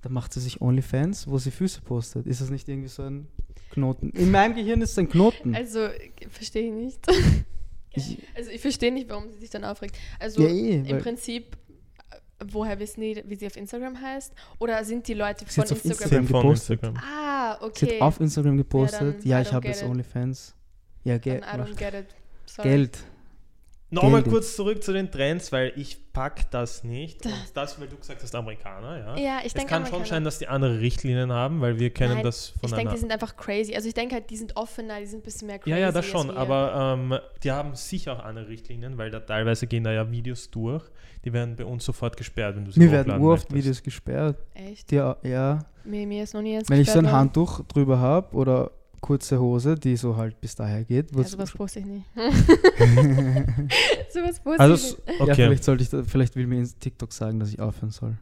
Speaker 2: Da macht sie sich Onlyfans, wo sie Füße postet. Ist das nicht irgendwie so ein Knoten? In meinem Gehirn ist es ein Knoten.
Speaker 3: Also, ich verstehe ich nicht.
Speaker 2: Ich-
Speaker 3: also, ich verstehe nicht, warum sie sich dann aufregt. Also,
Speaker 2: Ja, eh,
Speaker 3: im
Speaker 2: weil-
Speaker 3: Prinzip, äh, woher wissen die, wie sie auf Instagram heißt? Oder sind die Leute
Speaker 2: Sie
Speaker 3: von
Speaker 2: hat's auf
Speaker 3: Instagram?
Speaker 2: Instagram.
Speaker 4: von
Speaker 2: gepostet.
Speaker 4: Instagram.
Speaker 3: Ah,
Speaker 2: Sie
Speaker 3: okay.
Speaker 2: hat auf Instagram gepostet,
Speaker 3: dann
Speaker 2: ja,
Speaker 3: I
Speaker 2: ich
Speaker 3: don't
Speaker 2: habe
Speaker 3: get
Speaker 2: jetzt
Speaker 3: it.
Speaker 2: Onlyfans. Ja, Geld.
Speaker 3: Dann I don't get it. Sorry.
Speaker 2: Geld.
Speaker 4: Nochmal
Speaker 2: Geld.
Speaker 4: kurz zurück zu den Trends, weil ich pack das nicht. Und das, weil du gesagt hast, Amerikaner, ja.
Speaker 3: Ja, ich
Speaker 4: es
Speaker 3: denke
Speaker 4: kann schon
Speaker 3: Amerikaner.
Speaker 4: sein, dass die andere Richtlinien haben, weil wir kennen
Speaker 3: Nein,
Speaker 4: das von
Speaker 3: Ich denke,
Speaker 4: einer
Speaker 3: die sind einfach crazy. Also, ich denke halt, die sind offener, die sind ein bisschen mehr crazy.
Speaker 4: Ja, ja, das
Speaker 3: als
Speaker 4: schon,
Speaker 3: wir.
Speaker 4: aber ähm, die haben sicher auch andere Richtlinien, weil da teilweise gehen da ja Videos durch, die werden bei uns sofort gesperrt, wenn du sie
Speaker 2: Mir werden
Speaker 4: hochladen
Speaker 2: oft
Speaker 4: möchtest.
Speaker 2: Videos gesperrt.
Speaker 3: Echt?
Speaker 2: Ja, ja.
Speaker 3: Mir, mir ist noch nie eins
Speaker 2: Wenn ich so ein
Speaker 3: gesperrt worden.
Speaker 2: Handtuch drüber habe oder kurze Hose, die so halt bis daher geht.
Speaker 3: Ja,
Speaker 2: wird's-
Speaker 3: sowas poste Also ich nicht. sowas poste
Speaker 4: Also,
Speaker 3: ich nicht.
Speaker 4: s- okay.
Speaker 2: ja vielleicht, sollte ich, da- vielleicht will mir ins TikTok sagen, dass ich aufhören soll.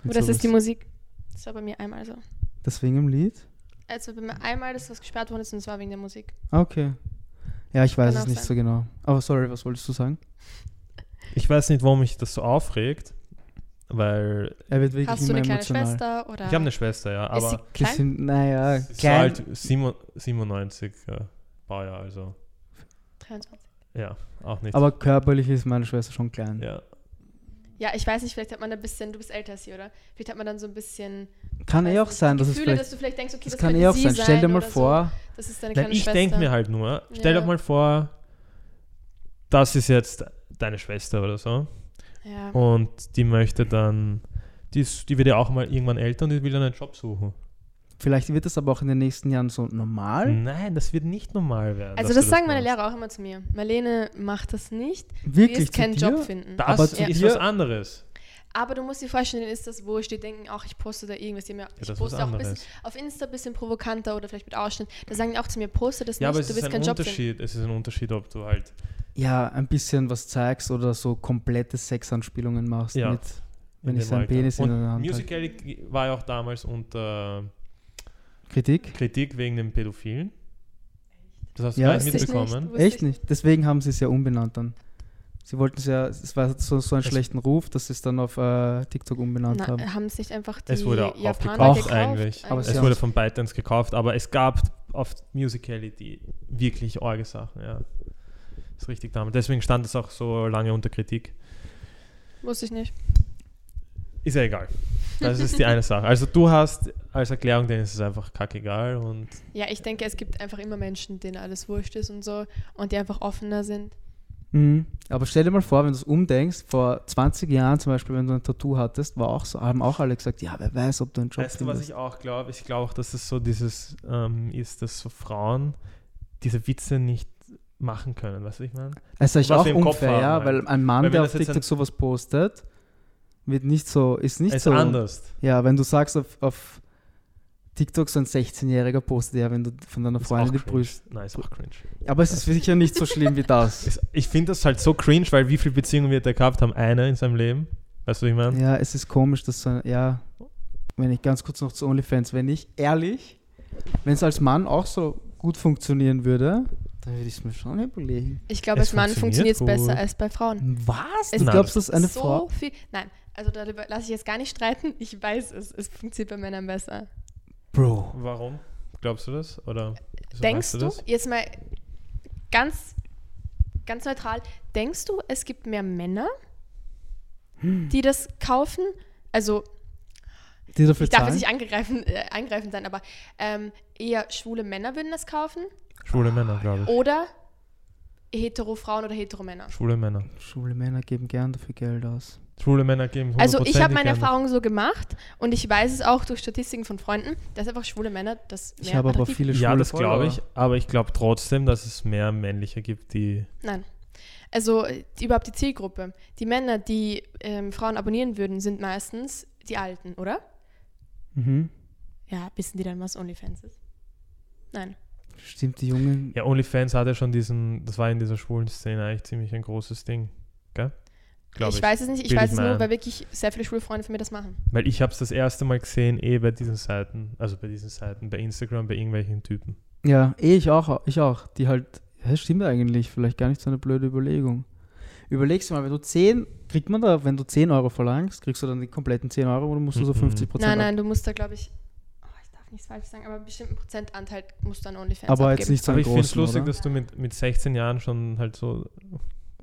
Speaker 3: Aber
Speaker 2: Mit
Speaker 3: das ist die
Speaker 2: sowas.
Speaker 3: Musik. Das war bei mir einmal so.
Speaker 2: Deswegen im Lied?
Speaker 3: Also bei mir einmal, dass was gesperrt worden ist und es war wegen der Musik.
Speaker 2: Ah, okay. Ja, ich weiß
Speaker 3: Kann
Speaker 2: es
Speaker 3: auch
Speaker 2: nicht
Speaker 3: sein.
Speaker 2: so genau. Aber sorry, was wolltest du sagen?
Speaker 4: Ich weiß nicht, warum mich das so aufregt, weil
Speaker 2: Er wird wirklich
Speaker 3: Hast du
Speaker 2: immer
Speaker 3: eine kleine
Speaker 2: emotional.
Speaker 3: Schwester oder
Speaker 4: ich habe eine Schwester, ja,
Speaker 3: ist sie
Speaker 4: aber
Speaker 3: klein?
Speaker 2: Bisschen, naja,
Speaker 4: sie ist halt so
Speaker 2: klein.
Speaker 4: alt, 97 äh, Baujahr, also
Speaker 3: 23.
Speaker 4: ja, auch nicht.
Speaker 2: aber körperlich ist meine Schwester schon klein.
Speaker 4: ja.
Speaker 3: Ja, ich weiß nicht, vielleicht hat man ein bisschen, du bist älter als sie, oder? Vielleicht hat man dann so ein bisschen
Speaker 2: Kann
Speaker 3: weiß
Speaker 2: eh auch
Speaker 3: nicht,
Speaker 2: sein, dass es
Speaker 3: Gefühle,
Speaker 2: vielleicht.
Speaker 3: dass du vielleicht denkst, okay,
Speaker 2: Das,
Speaker 3: das,
Speaker 2: kann eh
Speaker 3: könnte
Speaker 2: auch
Speaker 3: sie
Speaker 2: sein. Stell dir mal
Speaker 3: oder
Speaker 2: vor,
Speaker 3: So. Das ist deine
Speaker 4: Nein,
Speaker 3: kleine
Speaker 4: ich
Speaker 3: Schwester.
Speaker 4: denke mir halt nur, stell
Speaker 3: Ja.
Speaker 4: doch mal vor, das ist jetzt deine Schwester oder so. halt-
Speaker 3: Ja.
Speaker 4: Und die möchte dann, die, ist, die wird ja auch mal irgendwann älter und die will dann einen Job suchen.
Speaker 2: vielleicht wird das aber auch in den nächsten Jahren so normal.
Speaker 4: Nein, das wird nicht normal werden.
Speaker 3: Also
Speaker 4: dass
Speaker 3: das
Speaker 4: du
Speaker 3: sagen meine
Speaker 4: machst.
Speaker 3: Lehrer auch immer zu mir. Marlene macht das nicht. Die
Speaker 2: Wirklich
Speaker 3: ist
Speaker 2: zu
Speaker 3: keinen
Speaker 2: dir?
Speaker 3: Job finden.
Speaker 4: Das
Speaker 2: Aber
Speaker 4: ist
Speaker 2: zu
Speaker 4: ja.
Speaker 2: dir-
Speaker 4: was anderes.
Speaker 3: Aber du musst dir vorstellen, denen ist das wurscht. Die denken auch, ich poste da irgendwas. Die haben ja,
Speaker 4: das
Speaker 3: ich
Speaker 4: ist was
Speaker 3: poste auch ein
Speaker 4: anderes.
Speaker 3: bisschen, auf Insta ein bisschen provokanter oder vielleicht mit Ausschnitt. Da sagen die auch zu mir, poste das
Speaker 4: Ja, aber
Speaker 3: nicht,
Speaker 4: es
Speaker 3: du
Speaker 4: ist
Speaker 3: wirst
Speaker 4: ein
Speaker 3: keinen Job finden.
Speaker 4: Unterschied. Es ist ein Unterschied, ob du halt.
Speaker 2: Ja, ein bisschen was zeigst oder so komplette Sexanspielungen machst.
Speaker 4: Ja.
Speaker 2: Mit,
Speaker 4: in
Speaker 2: Wenn ich
Speaker 4: dem
Speaker 2: seinen
Speaker 4: Alter-
Speaker 2: Penis in
Speaker 4: und
Speaker 2: der Hand hab.
Speaker 4: Musical.ly war ja auch damals unter
Speaker 2: Kritik?
Speaker 4: Kritik wegen den Pädophilen. Das hast du
Speaker 2: Ja,
Speaker 4: gar nicht
Speaker 2: Wusste ich
Speaker 4: mitbekommen.
Speaker 3: Wusste
Speaker 2: Echt
Speaker 3: ich-
Speaker 2: nicht. Deswegen haben sie es ja umbenannt dann. Sie wollten es ja, es war so, so einen schlechten Ruf, dass sie es dann auf äh, TikTok umbenannt haben.
Speaker 3: Na, haben sich einfach die
Speaker 4: es wurde
Speaker 3: Japaner
Speaker 4: aufgekauft
Speaker 3: gekauft.
Speaker 4: eigentlich.
Speaker 2: Aber sie
Speaker 4: es
Speaker 2: haben-
Speaker 4: wurde von ByteDance gekauft, aber es gab auf Musicality wirklich arge Sachen, ja. Ist richtig damit. Deswegen stand es auch so lange unter Kritik.
Speaker 3: Wusste ich nicht.
Speaker 4: Ist ja egal. Das ist die eine Sache. Also du hast als Erklärung, denen ist es einfach kackegal und
Speaker 3: Ja, ich denke, es gibt einfach immer Menschen, denen alles wurscht ist und so und die einfach offener sind.
Speaker 2: Mhm. Aber stell dir mal vor, wenn du es umdenkst, vor 20 Jahren zum Beispiel, wenn du ein Tattoo hattest, war auch so, haben auch alle gesagt, ja, wer weiß, ob du einen Job
Speaker 4: Weißt du, was
Speaker 2: findest.
Speaker 4: ich auch glaube? Ich glaube auch, dass es so dieses ähm, ist, dass so Frauen diese Witze nicht machen können. Weißt du, was ich meine?
Speaker 2: also ich
Speaker 4: was
Speaker 2: auch
Speaker 4: wir im Kopf
Speaker 2: unfair,
Speaker 4: haben,
Speaker 2: ja,
Speaker 4: halt.
Speaker 2: weil ein
Speaker 4: Weil
Speaker 2: Mann,
Speaker 4: wenn
Speaker 2: der
Speaker 4: das
Speaker 2: auf
Speaker 4: jetzt
Speaker 2: TikTok
Speaker 4: ein-
Speaker 2: sowas postet, wird nicht so, ist nicht
Speaker 4: Es ist
Speaker 2: so.
Speaker 4: anders.
Speaker 2: Ja, wenn du sagst, auf, auf TikTok so ein 16-Jähriger postet, ja, wenn du von deiner
Speaker 4: Ist
Speaker 2: Freundin
Speaker 4: auch
Speaker 2: die
Speaker 4: cringe.
Speaker 2: Brüste.
Speaker 4: Nein, ist auch cringe.
Speaker 2: Aber es ist sicher nicht so schlimm wie das.
Speaker 4: Ist- Ich finde das halt so cringe, weil wie viele Beziehungen wir da gehabt haben? Eine in seinem Leben. Weißt du, was ich meine?
Speaker 2: Ja, es ist komisch, dass so, ja, wenn ich ganz kurz noch zu OnlyFans, wenn ich ehrlich, wenn es als Mann auch so gut funktionieren würde, dann würde ich es mir schon überlegen.
Speaker 3: Ich glaube,
Speaker 4: Es
Speaker 3: als Mann
Speaker 4: funktioniert
Speaker 3: funktioniert es besser
Speaker 4: gut.
Speaker 3: als bei Frauen.
Speaker 2: Was?
Speaker 3: Es
Speaker 2: Du
Speaker 4: Nein,
Speaker 2: glaubst,
Speaker 4: das
Speaker 2: dass eine
Speaker 3: so
Speaker 2: Frau.
Speaker 3: viel. Nein, also darüber lasse ich jetzt gar nicht streiten. Ich weiß es. Es funktioniert bei Männern besser.
Speaker 2: Bro.
Speaker 4: Warum? Glaubst du das? Oder wieso
Speaker 3: denkst
Speaker 4: weißt
Speaker 3: du,
Speaker 4: das?
Speaker 3: jetzt mal ganz, ganz neutral, denkst du, es gibt mehr Männer, die das kaufen? Also,
Speaker 2: Die dafür
Speaker 3: ich darf jetzt
Speaker 2: zahlen?
Speaker 3: nicht angreifen, äh, angreifend sein, aber ähm, eher schwule Männer würden das kaufen
Speaker 2: Ah,
Speaker 4: Schwule Männer, glaube ich.
Speaker 3: oder hetero Frauen oder hetero Männer.
Speaker 4: Schwule Männer.
Speaker 2: Schwule Männer geben gern dafür Geld aus.
Speaker 4: Schwule Männer geben
Speaker 3: Also ich habe
Speaker 4: hundertprozentig
Speaker 3: meine
Speaker 4: gerne.
Speaker 3: Erfahrung so gemacht und ich weiß es auch durch Statistiken von Freunden, dass einfach schwule Männer das mehr
Speaker 2: Ich habe aber
Speaker 3: attraktiv-
Speaker 2: viele schwule
Speaker 4: Ja, das
Speaker 2: Follower.
Speaker 4: glaube ich. Aber ich glaube trotzdem, dass es mehr männliche gibt, die
Speaker 3: Nein. Also äh, die, überhaupt die Zielgruppe. Die Männer, die ähm, Frauen abonnieren würden, sind meistens die Alten, oder?
Speaker 2: Mhm.
Speaker 3: Ja, wissen die dann, was OnlyFans ist? Nein.
Speaker 2: Stimmt, die Jungen.
Speaker 4: Ja, OnlyFans hatte schon diesen, das war in dieser schwulen Szene eigentlich ziemlich ein großes Ding, gell? Glaub
Speaker 3: ich, weiß es nicht. Ich
Speaker 4: Bild
Speaker 3: weiß
Speaker 4: ich
Speaker 3: es
Speaker 4: mir
Speaker 3: nur,
Speaker 4: ein.
Speaker 3: weil wirklich sehr viele schwule Freunde von mir das machen.
Speaker 4: Weil ich habe es das erste Mal gesehen, eh bei diesen Seiten, also bei diesen Seiten, bei Instagram, bei irgendwelchen Typen.
Speaker 2: Ja, eh, ich auch, ich auch. Die halt, hä, stimmt eigentlich, vielleicht gar nicht so eine blöde Überlegung. Überlegst du mal, wenn du 10, kriegt man da, wenn du 10 Euro verlangst, kriegst du dann die kompletten 10 Euro oder musst du so
Speaker 4: Mhm.
Speaker 2: 50 Prozent
Speaker 3: Nein, nein, du musst da, glaube ich, oh, ich darf nichts falsch sagen, aber einen bestimmten Prozentanteil musst du an OnlyFans
Speaker 2: Aber
Speaker 3: abgeben.
Speaker 2: jetzt nicht so
Speaker 4: Aber
Speaker 2: einen
Speaker 4: ich finde es
Speaker 2: großen,
Speaker 4: lustig,
Speaker 2: oder?
Speaker 4: dass du mit, mit 16 Jahren schon halt so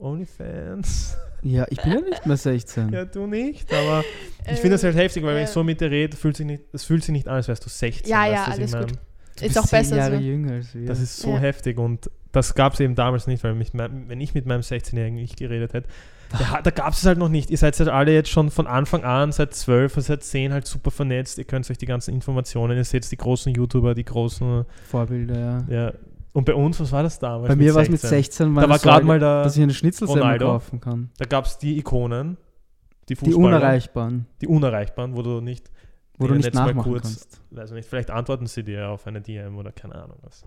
Speaker 4: OnlyFans.
Speaker 2: Ja, ich bin ja nicht mehr 16.
Speaker 4: ja, du nicht, aber ich
Speaker 3: Äh,
Speaker 4: finde
Speaker 3: Ähm,
Speaker 4: das halt heftig, weil wenn ich so mit dir rede, fühlt sich nicht, es fühlt sich nicht an, als wärst du 16.
Speaker 3: Ja,
Speaker 4: weißt
Speaker 3: ja,
Speaker 4: du, was
Speaker 3: alles
Speaker 4: ich mein?
Speaker 3: gut.
Speaker 2: Du
Speaker 3: Ist
Speaker 2: bist
Speaker 3: auch besser
Speaker 2: zehn Jahre
Speaker 3: so.
Speaker 2: jünger als wir.
Speaker 4: Das ist so
Speaker 3: Ja.
Speaker 4: heftig und das gab es eben damals nicht, weil mich, mein- wenn ich mit meinem 16-Jährigen nicht geredet hätte, der, hat- da gab es halt noch nicht. Ihr seid halt alle jetzt schon von Anfang an, seit 12 und seit 10 halt super vernetzt. Ihr könnt euch die ganzen Informationen, ihr seht die großen YouTuber, die großen,
Speaker 2: Vorbilder, ja.
Speaker 4: ja. Und bei uns, was war das damals?
Speaker 2: Bei mir war es mit 16 meine
Speaker 4: Da war gerade
Speaker 2: Sorge,
Speaker 4: mal der,
Speaker 2: dass ich eine Schnitzelsemmel
Speaker 4: Ronaldo.
Speaker 2: kaufen kann.
Speaker 4: da gab es die Ikonen, die
Speaker 2: Die
Speaker 4: Fußballer,
Speaker 2: Unerreichbaren,
Speaker 4: die Unerreichbaren, wo du nicht,
Speaker 2: wo du
Speaker 4: Ja,
Speaker 2: nicht
Speaker 4: jetzt mal
Speaker 2: nachmachen
Speaker 4: kurz.
Speaker 2: kannst.
Speaker 4: weiß nicht, vielleicht antworten sie dir auf eine DM oder keine Ahnung was.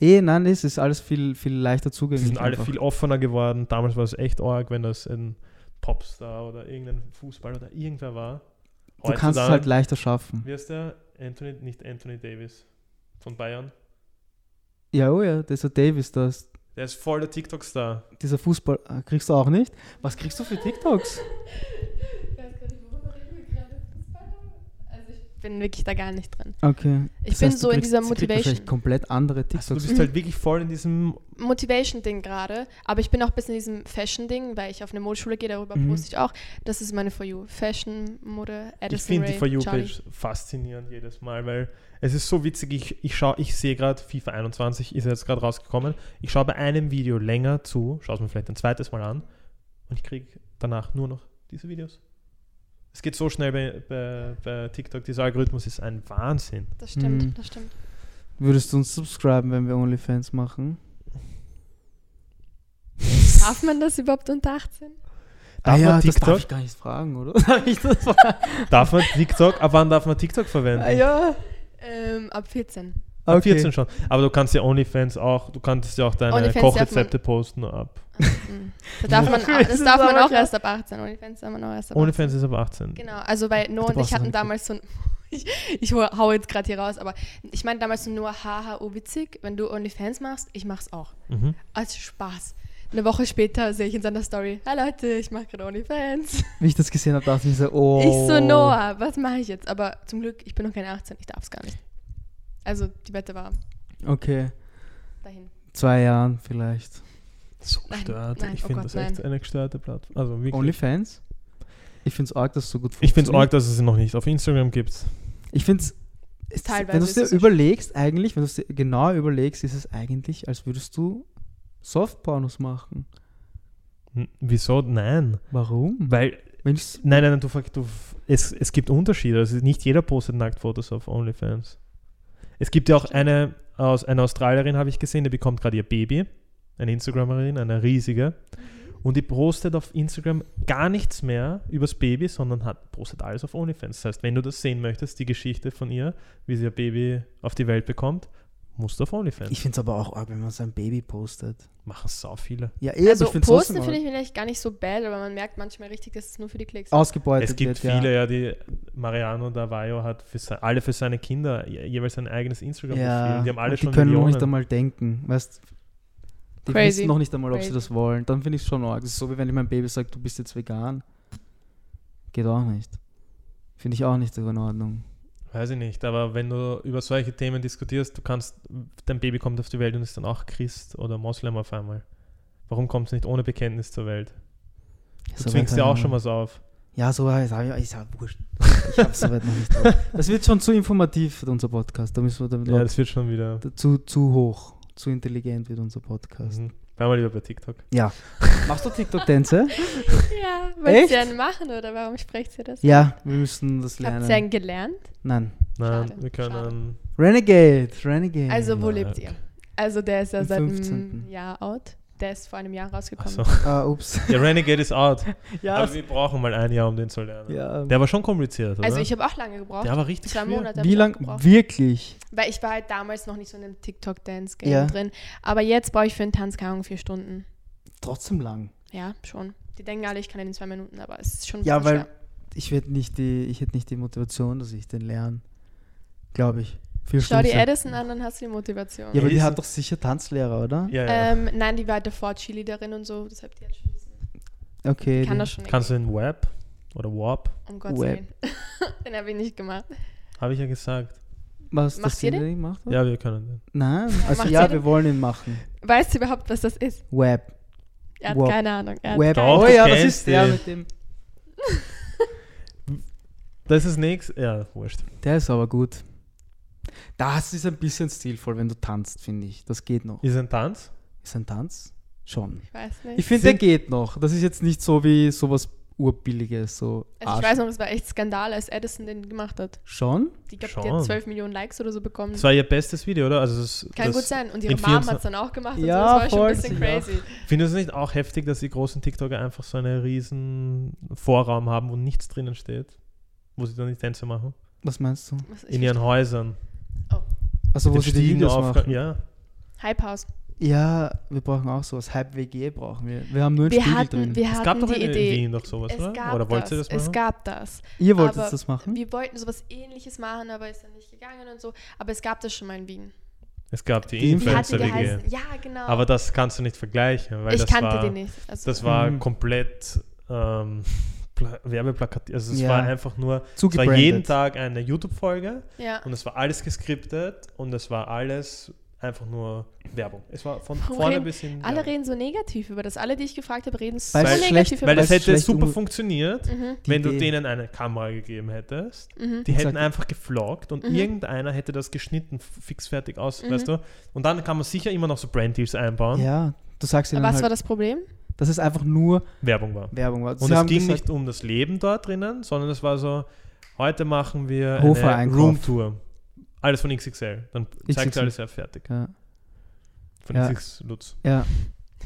Speaker 2: Eh, nein, es ist alles viel, viel leichter
Speaker 4: Sie
Speaker 2: zugänglich.
Speaker 4: sind alle
Speaker 2: einfach.
Speaker 4: viel offener geworden. Damals war es echt arg, wenn das ein Popstar oder irgendein Fußball oder irgendwer war.
Speaker 2: du kannst es halt leichter schaffen.
Speaker 4: Wie heißt der? Anthony, nicht Anthony Davis von Bayern.
Speaker 2: Ja, oh ja, dieser Davis, das,
Speaker 4: Der ist voll der TikTok-Star.
Speaker 2: dieser Fußball, ah, kriegst du auch nicht. Was kriegst du für TikToks?
Speaker 3: Ich weiß gar nicht, worüber reden wir gerade. Fußball? Also ich bin wirklich da gar nicht drin.
Speaker 2: Okay.
Speaker 3: Ich
Speaker 2: Das
Speaker 3: bin
Speaker 2: heißt, du
Speaker 3: so in
Speaker 2: kriegst-
Speaker 3: dieser
Speaker 2: sie kriegt wahrscheinlich
Speaker 3: Motivation.
Speaker 2: komplett andere TikToks.
Speaker 4: Also du bist halt wirklich voll in diesem.
Speaker 3: Motivation-Ding gerade, aber ich bin auch ein bisschen in diesem Fashion-Ding, weil ich auf eine Modeschule gehe, darüber
Speaker 2: Mhm.
Speaker 3: poste ich auch. Das ist meine For You. Fashion, Mode, Addison
Speaker 4: ich finde die
Speaker 3: Rae,
Speaker 4: For
Speaker 3: Charlie.
Speaker 4: You-Page faszinierend jedes Mal, weil es ist so witzig. Ich, ich schaue, ich sehe gerade FIFA 21 ist jetzt gerade rausgekommen. Ich schaue bei einem Video länger zu, schaue es mir vielleicht ein zweites Mal an und ich kriege danach nur noch diese Videos. Es geht so schnell bei, bei, bei TikTok. Dieser Algorithmus ist ein Wahnsinn.
Speaker 3: Das stimmt,
Speaker 2: Mhm.
Speaker 3: das stimmt.
Speaker 2: Würdest du uns subscriben, wenn wir OnlyFans machen?
Speaker 3: Darf man das überhaupt unter 18?
Speaker 4: Darf man
Speaker 2: Ah das
Speaker 4: TikTok?
Speaker 2: darf ich gar nicht fragen, oder? Darf ich das fragen?
Speaker 4: Darf man TikTok? Ab wann darf man TikTok verwenden?
Speaker 2: ah, ja.
Speaker 3: Ähm, ab 14.
Speaker 4: Ab
Speaker 2: Okay.
Speaker 4: 14 schon. Aber du kannst ja OnlyFans auch, du kannst ja auch deine
Speaker 3: OnlyFans
Speaker 4: Kochrezepte posten ab.
Speaker 3: Mhm. Da darf man,
Speaker 2: Das
Speaker 3: das
Speaker 2: ist
Speaker 3: darf man
Speaker 2: aber
Speaker 3: auch
Speaker 2: klar.
Speaker 3: erst ab 18. OnlyFans darf man auch erst ab 18.
Speaker 4: OnlyFans ist aber 18.
Speaker 3: Genau, also bei
Speaker 2: Du
Speaker 3: Noah und
Speaker 2: brauchst
Speaker 3: ich
Speaker 2: noch
Speaker 3: hatten
Speaker 2: nicht
Speaker 3: damals so ein. Ich, ich hau- hau jetzt gerade hier raus, aber ich meine damals so nur haha, oh witzig, wenn du OnlyFans machst, ich mach's auch.
Speaker 4: Mhm.
Speaker 3: Als Spaß. Eine Woche später sehe ich in seiner Story, hey Leute, ich mache gerade OnlyFans.
Speaker 2: Wie ich das gesehen habe, dachte ich so, oh.
Speaker 3: Ich so, Noah, was mache ich jetzt? Aber zum Glück, ich bin noch keine 18, ich darf's gar nicht. Also die Wette war
Speaker 2: Okay,
Speaker 3: dahin.
Speaker 2: zwei Jahren vielleicht.
Speaker 4: So
Speaker 3: Nein,
Speaker 4: gestört.
Speaker 3: nein,
Speaker 4: ich
Speaker 3: oh
Speaker 4: finde
Speaker 3: Gott,
Speaker 4: das echt eine gestörte Plattform. Also wirklich.
Speaker 2: Onlyfans? Ich find's arg, dass es so gut
Speaker 4: ich finde es arg, dass es sie noch nicht auf Instagram gibt.
Speaker 2: Ich find's. es-
Speaker 3: Teilweise
Speaker 2: wenn du es
Speaker 3: ist
Speaker 2: dir
Speaker 3: es so
Speaker 2: überlegst, eigentlich, wenn du es dir genau überlegst, ist es eigentlich, als würdest du Softpornos machen.
Speaker 4: N- Wieso? Nein.
Speaker 2: Warum?
Speaker 4: Weil,
Speaker 2: Wenn ich's,
Speaker 4: nein, nein, nein, du, ver- du, f- es, es gibt Unterschiede. Also nicht jeder postet Nacktfotos auf OnlyFans. Es gibt ja auch eine, aus, eine Australierin, habe ich gesehen, die bekommt gerade ihr Baby. Eine Instagramerin, eine riesige.
Speaker 3: Mhm.
Speaker 4: Und die postet auf Instagram gar nichts mehr übers Baby, sondern hat, postet alles auf OnlyFans. Das heißt, wenn du das sehen möchtest, die Geschichte von ihr, wie sie ihr Baby auf die Welt bekommt, musst du auf OnlyFans.
Speaker 2: ich finde es aber auch arg, wenn man sein Baby postet.
Speaker 4: Machen sau viele.
Speaker 2: Ja, eh,
Speaker 3: also
Speaker 2: aber ich
Speaker 3: posten
Speaker 2: finde
Speaker 3: finde ich
Speaker 2: es
Speaker 3: vielleicht gar nicht so bad, aber man merkt manchmal richtig, dass es nur für die Klicks ist.
Speaker 2: ausgebeutet
Speaker 4: Es gibt
Speaker 2: wird,
Speaker 4: viele, ja. die Mariano Davaio hat für se- alle für seine Kinder je- jeweils ein eigenes
Speaker 2: ja.
Speaker 4: Instagram-Profil.
Speaker 2: ja.
Speaker 4: und Die haben alle
Speaker 2: und die
Speaker 4: schon
Speaker 2: können noch
Speaker 4: Millionen.
Speaker 2: nicht einmal denken, weißt Die
Speaker 3: Crazy.
Speaker 2: wissen noch nicht einmal, ob sie
Speaker 3: Crazy.
Speaker 2: das wollen. Dann finde ich es schon arg. Das ist so, wie wenn ich meinem Baby sage, du bist jetzt vegan. Geht auch nicht. Finde ich auch nicht so in Ordnung.
Speaker 4: Weiß ich nicht, aber wenn du über solche Themen diskutierst, du kannst, dein Baby kommt auf die Welt und ist dann auch Christ oder Moslem auf einmal. Warum kommt es nicht ohne Bekenntnis zur Welt? Du
Speaker 2: So weit
Speaker 4: zwingst
Speaker 2: habe
Speaker 4: ja auch
Speaker 2: ich
Speaker 4: schon
Speaker 2: noch-
Speaker 4: was auf.
Speaker 2: Ja, so weit habe ich, ich sag, wurscht. Ich habe soweit noch nicht drauf. Das wird schon zu informativ, unser Podcast. Da müssen wir damit
Speaker 4: Ja, das wird schon wieder.
Speaker 2: zu, zu hoch, zu intelligent wird unser Podcast.
Speaker 4: Mhm. Bleiben wir lieber bei TikTok.
Speaker 2: Ja. Machst du TikTok-Tänze?
Speaker 3: Ja, wollt ihr
Speaker 2: Echt?
Speaker 3: dann machen oder warum sprecht ihr das?
Speaker 2: ja, wir müssen das
Speaker 3: Habt ihr dann
Speaker 2: lernen.
Speaker 3: gelernt?
Speaker 2: Nein.
Speaker 4: Nein,
Speaker 3: Schade,
Speaker 4: wir können. ähm,
Speaker 2: Renegade, Renegade.
Speaker 3: Also wo
Speaker 4: Nein.
Speaker 3: lebt ihr? Also der ist ja
Speaker 2: Am
Speaker 3: seit einem
Speaker 2: 15..
Speaker 3: Jahr out. Der ist vor einem Jahr rausgekommen.
Speaker 4: Achso.
Speaker 2: Ah, ups.
Speaker 4: Ja, Renegade ist out.
Speaker 2: ja,
Speaker 4: Aber wir brauchen mal ein Jahr, um den zu lernen.
Speaker 2: ja. ähm,
Speaker 4: Der war schon kompliziert, oder?
Speaker 3: Also ich habe auch lange gebraucht.
Speaker 4: Der war richtig
Speaker 3: Zwei
Speaker 4: schwer.
Speaker 3: Monate. hab
Speaker 2: Wie
Speaker 3: ich auch
Speaker 2: lang?
Speaker 3: gebraucht.
Speaker 2: Wirklich?
Speaker 3: Weil ich war halt damals noch nicht so in einem TikTok-Dance-Game
Speaker 2: Ja.
Speaker 3: drin. Aber jetzt brauche ich für einen Tanz, keine Ahnung, vier Stunden.
Speaker 2: Trotzdem lang.
Speaker 3: Ja, schon. Die denken alle, ich kann den in zwei Minuten, aber es ist schon ein
Speaker 2: Ja,
Speaker 3: bisschen
Speaker 2: weil ich, werd nicht die, ich hätte nicht die Motivation, dass ich den lerne. Glaube ich. Vier
Speaker 3: schwer. Schau
Speaker 2: Stunden.
Speaker 3: die Addison an, dann hast du die Motivation.
Speaker 2: Ja, aber die
Speaker 4: Addison.
Speaker 2: hat doch sicher Tanzlehrer, oder?
Speaker 4: Ja, ja.
Speaker 3: Ähm, nein, die war davor Cheerleaderin und so, deshalb die hat schon diesen,
Speaker 2: Okay.
Speaker 3: kann
Speaker 2: die-
Speaker 3: das schon
Speaker 4: Kannst du den Web oder Warp?
Speaker 3: irgendwie, um Gottes
Speaker 2: Web.
Speaker 3: Willen. den habe ich nicht gemacht.
Speaker 4: Habe ich ja gesagt.
Speaker 2: Was,
Speaker 3: Macht
Speaker 2: dass
Speaker 3: ihr
Speaker 2: sie
Speaker 3: den?
Speaker 2: den gemacht hat?
Speaker 3: Hm.
Speaker 4: Ja, wir können den.
Speaker 2: Nein, also
Speaker 3: Macht
Speaker 2: ja,
Speaker 3: ihr
Speaker 2: wir
Speaker 3: den?
Speaker 2: wollen ihn machen.
Speaker 3: Weißt du überhaupt, was das ist?
Speaker 2: Web.
Speaker 3: Er hat
Speaker 2: Wow.
Speaker 3: keine Ahnung. Er hat
Speaker 2: Web.
Speaker 3: keine
Speaker 4: Doch,
Speaker 2: Oh
Speaker 4: du
Speaker 2: ja, das
Speaker 4: kennst
Speaker 2: ist der
Speaker 4: den.
Speaker 2: mit dem.
Speaker 4: Das ist nix. Ja, wurscht.
Speaker 2: Der ist aber gut. Das ist ein bisschen stilvoll, wenn du tanzt, finde ich. Das geht noch.
Speaker 4: Ist ein Tanz?
Speaker 3: Hm.
Speaker 2: Ist ein Tanz? Schon.
Speaker 3: Ich weiß nicht.
Speaker 2: Ich finde, der
Speaker 4: Sind-
Speaker 2: geht noch. Das ist jetzt nicht so wie sowas Urbilliges. So
Speaker 3: also ich weiß noch, es war echt Skandal, als Addison den gemacht hat.
Speaker 2: Schon?
Speaker 3: Die, glaub, die
Speaker 4: Schon.
Speaker 3: hat 12 Millionen Likes oder so bekommen.
Speaker 4: Das war ihr bestes Video, oder? Also das,
Speaker 3: Kann
Speaker 4: das,
Speaker 3: gut sein. Und ihre
Speaker 4: in
Speaker 3: Mom
Speaker 4: 24
Speaker 3: hat es dann auch gemacht. Und
Speaker 2: Ja,
Speaker 3: so. Das war schon
Speaker 2: voll,
Speaker 3: ein bisschen
Speaker 2: sicher.
Speaker 3: crazy.
Speaker 4: Findest du es nicht auch heftig, dass die großen TikToker einfach so einen riesen Vorraum haben, wo nichts drinnen steht? Wo sie dann die Tänze machen?
Speaker 2: Was meinst du?
Speaker 3: Was
Speaker 4: In ihren Häusern.
Speaker 2: Also, wo
Speaker 4: Den
Speaker 2: sie die
Speaker 4: Stiegen
Speaker 2: Videos
Speaker 4: aufge-
Speaker 2: machen.
Speaker 4: Ja.
Speaker 3: Hype House.
Speaker 2: Ja, wir brauchen auch sowas. Halb WG brauchen wir. Wir haben nur einen
Speaker 3: Wir
Speaker 2: Spiegel
Speaker 3: hatten,
Speaker 2: drin.
Speaker 3: wir
Speaker 4: Es
Speaker 3: hatten
Speaker 4: gab doch
Speaker 3: die
Speaker 4: in, in
Speaker 3: Idee.
Speaker 4: Wien doch sowas,
Speaker 3: es
Speaker 4: oder?
Speaker 3: gab
Speaker 4: oder wollt ihr
Speaker 3: das,
Speaker 4: das machen? Mhm.
Speaker 3: es gab das.
Speaker 2: Ihr wolltet
Speaker 3: aber
Speaker 2: das machen?
Speaker 3: Wir wollten sowas ähnliches machen, aber ist dann nicht gegangen und so. Aber es gab das schon mal in Wien.
Speaker 4: es gab die,
Speaker 2: Die
Speaker 4: die
Speaker 2: Wie
Speaker 3: Wie hat die
Speaker 4: Influencer-WG.
Speaker 3: geheißen? Ja, genau.
Speaker 4: Aber das kannst du nicht vergleichen, weil
Speaker 3: ich
Speaker 4: das
Speaker 3: kannte
Speaker 4: war...
Speaker 3: die nicht. Also,
Speaker 4: Das war
Speaker 2: Mhm.
Speaker 4: komplett ähm, pla- werbeplakativ. Also es
Speaker 2: Ja.
Speaker 4: war einfach nur, es war
Speaker 2: Zugebrandet.
Speaker 4: jeden Tag eine YouTube-Folge
Speaker 3: ja.
Speaker 4: und es war alles geskriptet und es war alles einfach nur Werbung. Es war von
Speaker 3: Warum
Speaker 4: vorne
Speaker 3: reden-
Speaker 4: bis hin.
Speaker 3: Alle
Speaker 4: Werbung.
Speaker 3: reden so negativ über das. Alle, die ich gefragt habe, reden so
Speaker 2: Weil
Speaker 4: es
Speaker 3: negativ
Speaker 2: schlecht-
Speaker 3: über
Speaker 4: Weil
Speaker 2: Weil
Speaker 4: es
Speaker 2: es
Speaker 4: hätte
Speaker 2: schlecht
Speaker 4: super
Speaker 2: umge-
Speaker 4: funktioniert,
Speaker 3: Mhm.
Speaker 2: um Die
Speaker 4: wenn du
Speaker 2: Idee.
Speaker 4: denen eine Kamera gegeben hättest.
Speaker 3: Mhm.
Speaker 4: Die hätten
Speaker 2: Exakt.
Speaker 4: einfach gefloggt und
Speaker 3: Mhm.
Speaker 4: irgendeiner hätte das geschnitten, f- fix fertig aus,
Speaker 3: Mhm.
Speaker 4: weißt du? Und dann kann man sicher immer noch so Brand Deals einbauen.
Speaker 2: Ja, du sagst ihnen
Speaker 3: Aber was
Speaker 2: halt,
Speaker 3: war das Problem?
Speaker 2: dass es einfach nur
Speaker 4: Werbung war.
Speaker 2: Werbung war.
Speaker 4: Und es ging nicht um das Leben dort drinnen, sondern es war so, heute machen wir
Speaker 2: Hofer
Speaker 4: eine
Speaker 2: Einkauf.
Speaker 4: Roomtour. Alles von XXL. Dann zeigt
Speaker 2: XXL.
Speaker 4: sie alles ja fertig.
Speaker 2: Ja.
Speaker 4: Von
Speaker 2: Ja.
Speaker 4: XX Lutz.
Speaker 2: ja.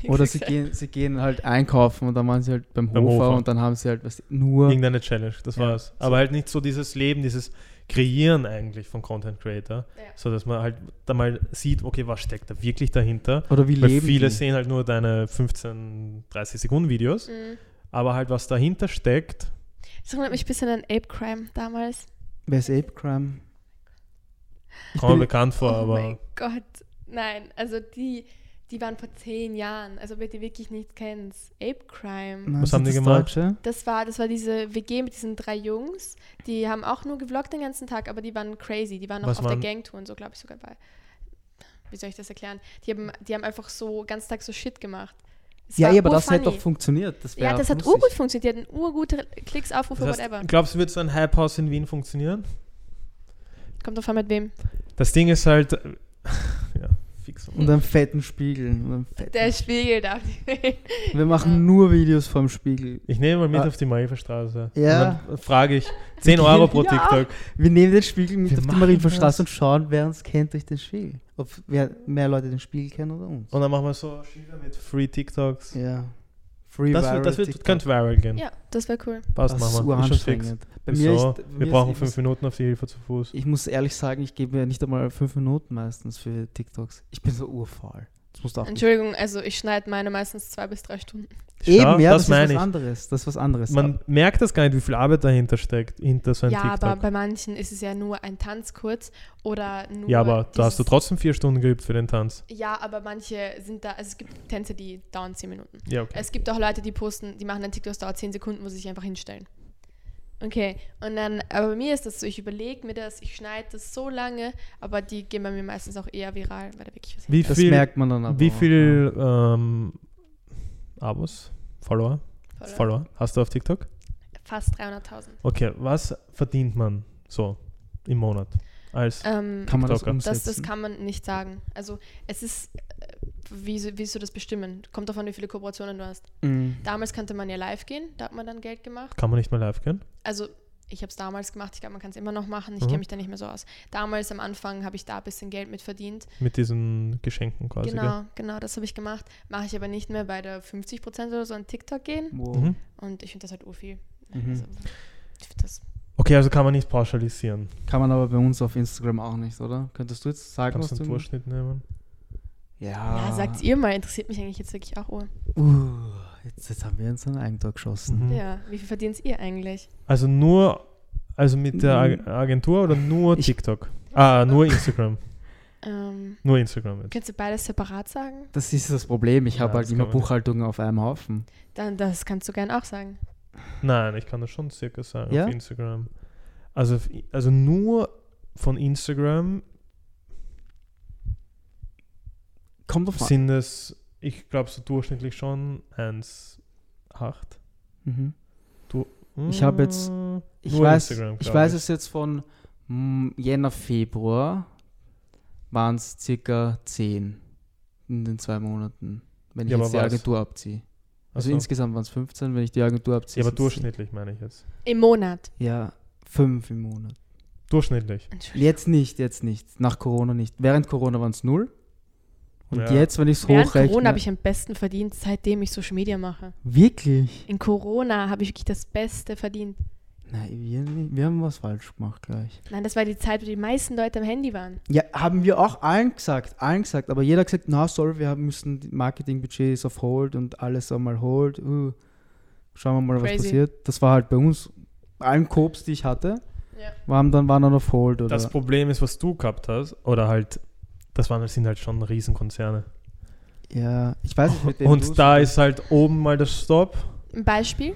Speaker 2: Oder sie gehen, sie gehen halt einkaufen und dann waren sie halt beim,
Speaker 4: Beim
Speaker 2: Hofer,
Speaker 4: Hofer.
Speaker 2: und dann haben sie halt was, nur
Speaker 4: Irgendeine Challenge, das
Speaker 2: Ja.
Speaker 4: war's. Aber halt nicht so dieses Leben, dieses Kreieren eigentlich von Content Creator,
Speaker 3: Ja.
Speaker 4: so dass man halt da mal sieht, okay, was steckt da wirklich dahinter.
Speaker 2: oder wie
Speaker 4: Weil
Speaker 2: leben
Speaker 4: viele
Speaker 2: die.
Speaker 4: sehen halt nur deine 15, 30 Sekunden Videos,
Speaker 3: Mhm.
Speaker 4: aber halt was dahinter steckt,
Speaker 3: Das erinnert mich ein bisschen an Ape Crime damals.
Speaker 2: Wer ist Ape Crime? Ich
Speaker 4: kommt mir
Speaker 2: bin,
Speaker 4: bekannt vor,
Speaker 3: oh mein
Speaker 4: aber
Speaker 3: Gott. Nein, also die, die waren vor zehn Jahren. Also, wer die wirklich nicht kennt. Ape Crime.
Speaker 2: Na,
Speaker 4: Was
Speaker 2: ist
Speaker 4: haben die
Speaker 2: das
Speaker 4: gemacht?
Speaker 2: Deutsche?
Speaker 3: Das war, das war diese WG mit diesen drei Jungs. Die haben auch nur gevloggt den ganzen Tag, aber die waren crazy. Die waren noch
Speaker 4: Was
Speaker 3: auf
Speaker 4: waren-
Speaker 3: der Gangtour und so, glaube ich, sogar bei. wie soll ich das erklären? Die haben, die haben einfach so ganz Tag so Shit gemacht. Es
Speaker 2: Ja,
Speaker 3: war
Speaker 2: ja, aber das
Speaker 3: urfunny.
Speaker 2: hätte doch funktioniert. Das
Speaker 3: Ja,
Speaker 2: wäre
Speaker 3: das hat
Speaker 2: lustig.
Speaker 3: urgut funktioniert. Die hatten urgute Klicks, Aufrufe,
Speaker 4: Das
Speaker 3: whatever.
Speaker 4: heißt, glaubst du, wird so ein Hype-House in Wien funktionieren?
Speaker 3: Kommt drauf an, mit wem.
Speaker 4: Das Ding ist halt, äh, ja, fix.
Speaker 2: Und einen fetten Spiegel. Und einen fetten
Speaker 3: Der Spiegel darf nicht wählen.
Speaker 2: Wir machen nur Videos vom Spiegel.
Speaker 4: Ich nehme mal mit
Speaker 2: Ah.
Speaker 4: auf die Marienstraße.
Speaker 2: Ja.
Speaker 4: Und dann frage ich, 10 Euro pro
Speaker 2: Ja.
Speaker 4: TikTok.
Speaker 2: Wir nehmen den Spiegel mit
Speaker 4: Wir
Speaker 2: auf die
Speaker 4: machen
Speaker 2: Marienstraße
Speaker 4: das.
Speaker 2: und schauen, wer uns kennt durch den Spiegel. Ob wer mehr Leute den Spiegel kennen oder uns.
Speaker 4: Und dann machen wir so Schilder mit Free TikToks.
Speaker 2: ja. Free
Speaker 4: Das,
Speaker 2: viral
Speaker 4: wird, das wird,
Speaker 2: TikTok.
Speaker 4: könnte viral gehen.
Speaker 3: Ja, das wäre cool.
Speaker 4: Passt,
Speaker 2: das ist
Speaker 4: machen wir. Ist schon fix.
Speaker 2: uranstrengend. Bei mir
Speaker 4: Wieso?
Speaker 2: ist, bei mir
Speaker 4: wir
Speaker 2: ist
Speaker 4: brauchen
Speaker 2: eh
Speaker 4: fünf Minuten auf die Hilfe zu Fuß.
Speaker 2: Ich muss ehrlich sagen, ich gebe mir nicht einmal fünf Minuten meistens für TikToks. Ich bin so urfaul. Das musst du auch nicht.
Speaker 3: Entschuldigung, also ich schneide meine meistens zwei bis drei Stunden.
Speaker 2: Eben, ja, das, ist was
Speaker 4: meine ich.
Speaker 2: anderes. Das ist was anderes.
Speaker 4: Man merkt das gar nicht, wie viel Arbeit dahinter steckt, hinter so einem
Speaker 3: Ja,
Speaker 4: TikTok.
Speaker 3: aber bei manchen ist es ja nur ein Tanzkurs oder nur.
Speaker 4: ja, aber da hast du
Speaker 3: dieses-
Speaker 4: trotzdem vier Stunden geübt für den Tanz.
Speaker 3: Ja, aber manche sind da, also es gibt Tänze, die dauern zehn Minuten.
Speaker 4: Ja, okay.
Speaker 3: Es gibt auch Leute, die posten, die machen einen TikTok, das dauert zehn Sekunden, muss ich einfach hinstellen. Okay, und dann, aber bei mir ist das so, ich überlege mir das, ich schneide das so lange, aber die gehen bei mir meistens auch eher viral, weil da wirklich was
Speaker 4: wie
Speaker 2: das
Speaker 4: viel,
Speaker 2: merkt man dann aber.
Speaker 4: wie
Speaker 2: auch,
Speaker 4: viel ähm, Abos, Follower,
Speaker 3: hinfällt, oder?
Speaker 4: Follower hast du auf TikTok?
Speaker 3: Fast 300.000.
Speaker 4: Okay, was verdient man so im Monat als
Speaker 2: ja.
Speaker 3: Ähm,
Speaker 2: Kann man das
Speaker 4: TikToker.
Speaker 2: umsetzen?
Speaker 3: das, das kann man nicht sagen. Also es ist, äh, wie, so- wie sollst du das bestimmen? Kommt davon, wie viele Kooperationen du hast.
Speaker 2: Mhm.
Speaker 3: Damals konnte man ja live gehen, da hat man dann Geld gemacht.
Speaker 4: Kann man nicht mehr live gehen?
Speaker 3: Also ich habe es damals gemacht, ich glaube, man kann es immer noch machen, ich
Speaker 4: Mhm.
Speaker 3: kenne mich da nicht mehr so aus. Damals am Anfang habe ich da ein bisschen Geld mit verdient.
Speaker 4: Mit diesen Geschenken quasi.
Speaker 3: genau, genau, das habe ich gemacht. Mache ich aber nicht mehr bei der 50% oder so an TikTok gehen.
Speaker 2: Wow.
Speaker 4: Gell? Mhm.
Speaker 3: Und ich finde das halt urviel.
Speaker 2: Mhm.
Speaker 3: Also, ich find das,
Speaker 4: Okay, also kann man nicht pauschalisieren.
Speaker 2: Kann man aber bei uns auf Instagram auch nicht, oder? Könntest du jetzt sagen,
Speaker 4: Kannst
Speaker 2: was
Speaker 4: du einen
Speaker 2: du...
Speaker 4: Durchschnitt nehmen?
Speaker 2: Ja.
Speaker 4: Ah.
Speaker 3: ja, sagt ihr mal, interessiert mich eigentlich jetzt wirklich auch ur.
Speaker 2: Uh, jetzt, jetzt haben wir uns ein Eigentor geschossen.
Speaker 4: Mhm.
Speaker 3: Ja, wie viel verdient ihr eigentlich?
Speaker 4: Also nur, also mit der Ag- Agentur oder nur
Speaker 2: Ich-
Speaker 4: TikTok? Ah, nur Instagram.
Speaker 3: Ähm,
Speaker 4: nur Instagram jetzt.
Speaker 3: kannst du beides separat sagen?
Speaker 2: Das ist das Problem. Ich
Speaker 4: Ja,
Speaker 2: habe halt
Speaker 4: das
Speaker 2: immer
Speaker 4: kann man nicht.
Speaker 2: Buchhaltung auf einem Haufen.
Speaker 3: Dann das kannst du gern auch sagen.
Speaker 4: Nein, ich kann das schon circa sagen
Speaker 2: Ja?
Speaker 4: auf Instagram. Also, auf I- also nur von Instagram
Speaker 2: Kommt auf an.
Speaker 4: sind es, ich glaube so durchschnittlich schon 1,8.
Speaker 2: Mhm.
Speaker 4: Hm,
Speaker 2: Ich hab jetzt- Ich
Speaker 4: Nur
Speaker 2: weiß,
Speaker 4: Instagram,
Speaker 2: ich
Speaker 4: glaub
Speaker 2: weiß
Speaker 4: ich.
Speaker 2: es jetzt von mm, Jänner, Februar waren es circa 10 in den zwei Monaten, wenn ich
Speaker 4: Ja,
Speaker 2: jetzt
Speaker 4: aber
Speaker 2: die
Speaker 4: was?
Speaker 2: Agentur abziehe. Also
Speaker 4: Achso.
Speaker 2: insgesamt waren es 15, wenn ich die Agentur abziehe.
Speaker 4: ja, aber
Speaker 2: sind's zehn.
Speaker 4: durchschnittlich meine ich jetzt.
Speaker 3: Im Monat.
Speaker 2: Ja, 5 im Monat.
Speaker 4: Durchschnittlich.
Speaker 3: Entschuldigung.
Speaker 2: Jetzt nicht, jetzt nicht. Nach Corona nicht. Während Corona waren es 0. Und
Speaker 4: Ja.
Speaker 2: jetzt, wenn ich es
Speaker 3: Während
Speaker 2: hochrechne.
Speaker 4: ne?
Speaker 3: Corona habe ich am besten verdient, seitdem ich Social Media mache.
Speaker 2: wirklich?
Speaker 3: In Corona habe ich wirklich das Beste verdient.
Speaker 2: Nein, wir, nicht. wir haben was falsch gemacht gleich.
Speaker 3: Nein, das war die Zeit, wo die meisten Leute am Handy waren.
Speaker 2: Ja, haben wir auch allen gesagt, allen gesagt, aber jeder hat gesagt, na sorry, wir haben- müssen die Marketingbudget ist auf Hold und alles einmal Hold. Uh, schauen wir mal, was
Speaker 3: Crazy.
Speaker 2: passiert. Das war halt bei uns, allen Cops, die ich hatte,
Speaker 3: Ja.
Speaker 2: waren dann waren dann auf Hold oder.
Speaker 4: Das Problem ist, was du gehabt hast, oder halt, das waren, sind halt schon Riesenkonzerne.
Speaker 2: ja, ich weiß nicht mit wem du's-
Speaker 4: Und da ist halt oben mal der Stopp.
Speaker 3: Ein Beispiel?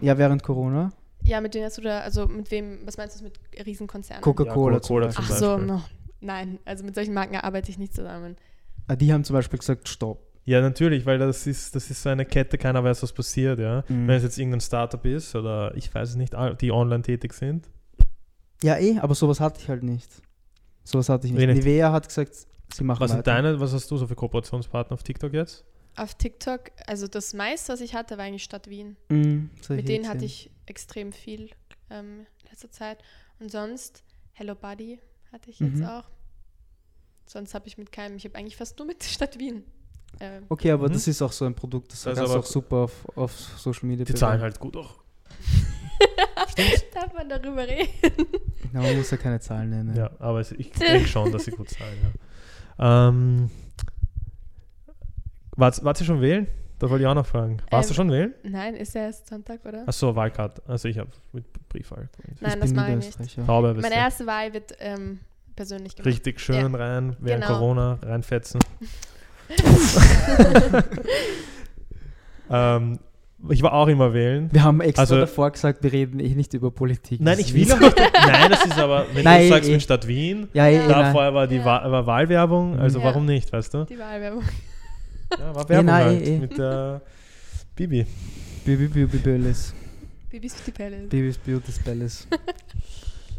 Speaker 2: ja während Corona
Speaker 3: Ja, mit wem hast du da, also mit wem, was meinst du mit Riesenkonzernen?
Speaker 2: Coca-Cola.
Speaker 4: Ja, Coca-Cola
Speaker 2: zum
Speaker 3: Ach
Speaker 2: Beispiel.
Speaker 3: so, ne.
Speaker 4: Beispiel.
Speaker 3: no. nein, also mit solchen Marken arbeite ich nicht zusammen.
Speaker 2: Ah, die haben zum Beispiel gesagt, stopp.
Speaker 4: Ja, natürlich, weil das ist, das ist so eine Kette, keiner weiß, was passiert, ja.
Speaker 2: Mhm.
Speaker 4: Wenn es jetzt irgendein Startup ist oder ich weiß es nicht, all- die online tätig sind.
Speaker 2: Ja eh, aber sowas hatte ich halt nicht. Sowas hatte ich nicht.
Speaker 4: Wen nicht?
Speaker 2: Nivea hat gesagt, sie machen
Speaker 4: Was sind
Speaker 2: weiter.
Speaker 4: deine, was hast du so für Kooperationspartner auf TikTok jetzt?
Speaker 3: Auf TikTok, also das meiste, was ich hatte, war eigentlich Stadt Wien.
Speaker 2: Mhm, soll
Speaker 3: Mit
Speaker 2: eh
Speaker 3: denen hatte
Speaker 2: erzählen.
Speaker 3: ich extrem viel ähm, in letzter Zeit. Und sonst, Hello Buddy hatte ich
Speaker 2: Mhm.
Speaker 3: jetzt auch. Sonst habe ich mit keinem, ich habe eigentlich fast nur mit Stadt Wien. Äh,
Speaker 2: Okay, aber
Speaker 4: Mhm.
Speaker 2: das ist auch so ein Produkt, das
Speaker 4: Also
Speaker 2: kannst du
Speaker 4: aber-
Speaker 2: auch super auf, auf Social Media
Speaker 4: Die zahlen
Speaker 2: bewerben.
Speaker 4: halt gut auch.
Speaker 3: darf man darüber reden?
Speaker 2: Na, man muss ja keine Zahlen nennen.
Speaker 4: halt. Ja, aber es, ich denke schon, dass sie gut zahlen, ja. Ähm, wart, wart ihr schon wählen? Das wollte ich auch noch fragen. Warst du
Speaker 3: Ähm,
Speaker 4: schon wählen?
Speaker 3: Nein, ist ja erst Sonntag, oder?
Speaker 4: Achso, Wahlkarte. Also ich habe mit Briefwahl.
Speaker 3: Nein, das
Speaker 2: bin
Speaker 3: mache ich
Speaker 2: Niederösterreicher.
Speaker 4: Taube, wisst
Speaker 3: Meine
Speaker 4: ihr.
Speaker 3: erste Wahl wird ähm, persönlich gemacht.
Speaker 4: Richtig schön rein, während
Speaker 3: Genau.
Speaker 4: Corona reinfetzen. ähm, Ich war auch immer wählen.
Speaker 2: Wir haben extra
Speaker 4: Also-
Speaker 2: davor gesagt, wir reden eh nicht über Politik.
Speaker 4: Nein,
Speaker 2: Das
Speaker 4: ich
Speaker 2: ist-
Speaker 4: will auch nicht. Nein, das ist aber, wenn
Speaker 2: Nein,
Speaker 4: du sagst,
Speaker 2: eh.
Speaker 4: mit Stadt Wien,
Speaker 2: Ja, eh, eh,
Speaker 4: da
Speaker 2: nein.
Speaker 4: vorher war die
Speaker 3: Ja.
Speaker 4: Wa war Wahlwerbung, also
Speaker 3: Ja.
Speaker 4: warum nicht, weißt du?
Speaker 3: Die Wahlwerbung.
Speaker 4: Ja, war Werbung
Speaker 2: nein,
Speaker 4: halt
Speaker 2: eh, eh.
Speaker 4: mit der Bibi.
Speaker 2: Bibi Beauty Palace.
Speaker 3: Babys Beauty Palace.
Speaker 2: Bibis Beauty Palace.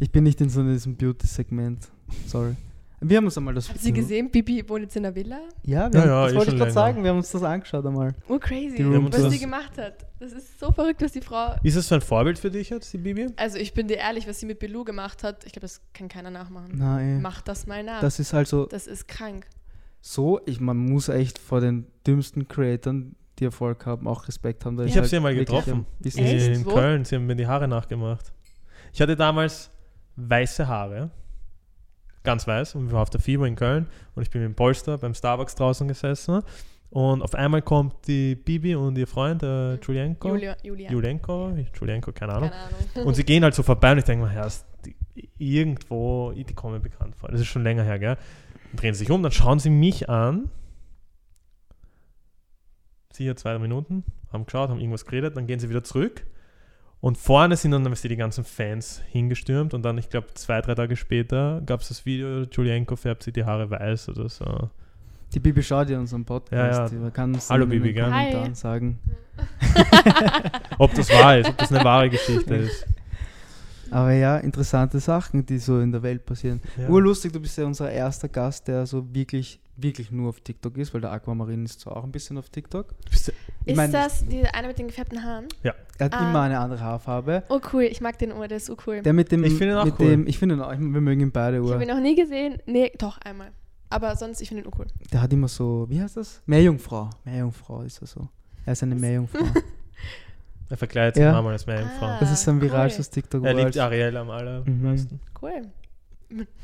Speaker 2: Ich bin nicht in so diesem Beauty-Segment. Sorry. Wir haben uns einmal das.
Speaker 3: Habt ihr gesehen? Bibi wohnt jetzt in einer Villa.
Speaker 2: Ja, wir
Speaker 4: Ja,
Speaker 2: haben,
Speaker 4: ja,
Speaker 2: das wollte
Speaker 4: eh schon
Speaker 2: ich gerade
Speaker 4: länger.
Speaker 2: sagen. Wir haben uns das angeschaut einmal.
Speaker 3: Oh, crazy,
Speaker 2: Die Room
Speaker 3: was
Speaker 4: Tours.
Speaker 3: sie gemacht hat. Das ist so verrückt, was die Frau.
Speaker 4: Ist es so ein Vorbild für dich jetzt, die Bibi?
Speaker 3: Also, ich bin dir ehrlich, was sie mit Belou gemacht hat, ich glaube, das kann keiner nachmachen.
Speaker 2: Nein,
Speaker 3: Mach das mal nach. Das,
Speaker 2: das ist halt so,
Speaker 3: ist krank.
Speaker 2: so ich, man muss echt vor den dümmsten Creatoren, die Erfolg haben, auch Respekt haben. Da
Speaker 4: Ich
Speaker 2: ist
Speaker 4: hab
Speaker 2: halt
Speaker 4: sie mal
Speaker 2: wirklich
Speaker 4: getroffen.
Speaker 2: am- die ist-
Speaker 3: Echt?
Speaker 4: In
Speaker 3: Wo?
Speaker 4: Köln, sie haben mir die Haare nachgemacht. Ich hatte damals weiße Haare, ganz weiß, und wir waren auf der Fieber in Köln und ich bin mit dem Polster beim Starbucks draußen gesessen und auf einmal kommt die Bibi und ihr Freund, äh, Julienko,
Speaker 3: Julia, Julia.
Speaker 4: Julienko, Julienko, keine Ahnung,
Speaker 3: Keine Ahnung.
Speaker 4: und sie gehen halt so vorbei und ich denke mir, ja, ist die, irgendwo, die kommen mir bekannt vor. Das ist schon länger her, gell? Dann drehen sie sich um, dann schauen sie mich an. Sie hat zwei Minuten, haben geschaut, haben irgendwas geredet, dann gehen sie wieder zurück. Und vorne sind dann sie die ganzen Fans hingestürmt und dann, ich glaube, zwei, drei Tage später gab es das Video, Julienko färbt sie die Haare weiß oder so.
Speaker 2: Die Bibi schaut ja unseren Podcast.
Speaker 4: Ja,
Speaker 2: Man kann es
Speaker 4: Hallo,
Speaker 2: in den
Speaker 4: Bibi, gell?
Speaker 2: Kommentaren
Speaker 3: Hi.
Speaker 2: sagen.
Speaker 4: Ob das wahr ist, ob das eine wahre Geschichte ist.
Speaker 2: Aber ja, interessante Sachen, die so in der Welt passieren.
Speaker 4: Ja.
Speaker 2: Urlustig, du bist ja unser erster Gast, der so wirklich, wirklich nur auf TikTok ist, weil der Aquamarin ist zwar auch ein bisschen auf TikTok.
Speaker 4: Bist du-
Speaker 2: Ich
Speaker 3: ist
Speaker 2: meine,
Speaker 3: das dieser eine mit den gefärbten Haaren?
Speaker 2: Er hat
Speaker 3: Ah.
Speaker 2: immer eine andere Haarfarbe.
Speaker 3: Oh, cool. Ich mag den Ohr, der ist so cool.
Speaker 2: Der mit dem,
Speaker 4: Ich finde ihn auch
Speaker 2: mit
Speaker 4: cool.
Speaker 2: dem, ich finde ihn auch, ich meine, wir mögen ihn beide.
Speaker 3: ich
Speaker 2: Ur.
Speaker 3: habe ihn noch nie gesehen. Nee, doch, einmal. Aber sonst, ich finde ihn cool.
Speaker 2: Der hat immer so, wie heißt das? Meerjungfrau. Meerjungfrau ist er so. Er ist eine Meerjungfrau.
Speaker 4: Er verkleidet sich
Speaker 2: Ja.
Speaker 4: Mama als Meerjungfrau.
Speaker 3: Ah.
Speaker 2: Das ist sein
Speaker 3: cool.
Speaker 2: viralstes TikTok.
Speaker 4: Er
Speaker 2: wo
Speaker 4: liebt
Speaker 2: als-
Speaker 4: Ariel am allermeisten.
Speaker 2: mhm.
Speaker 3: Cool.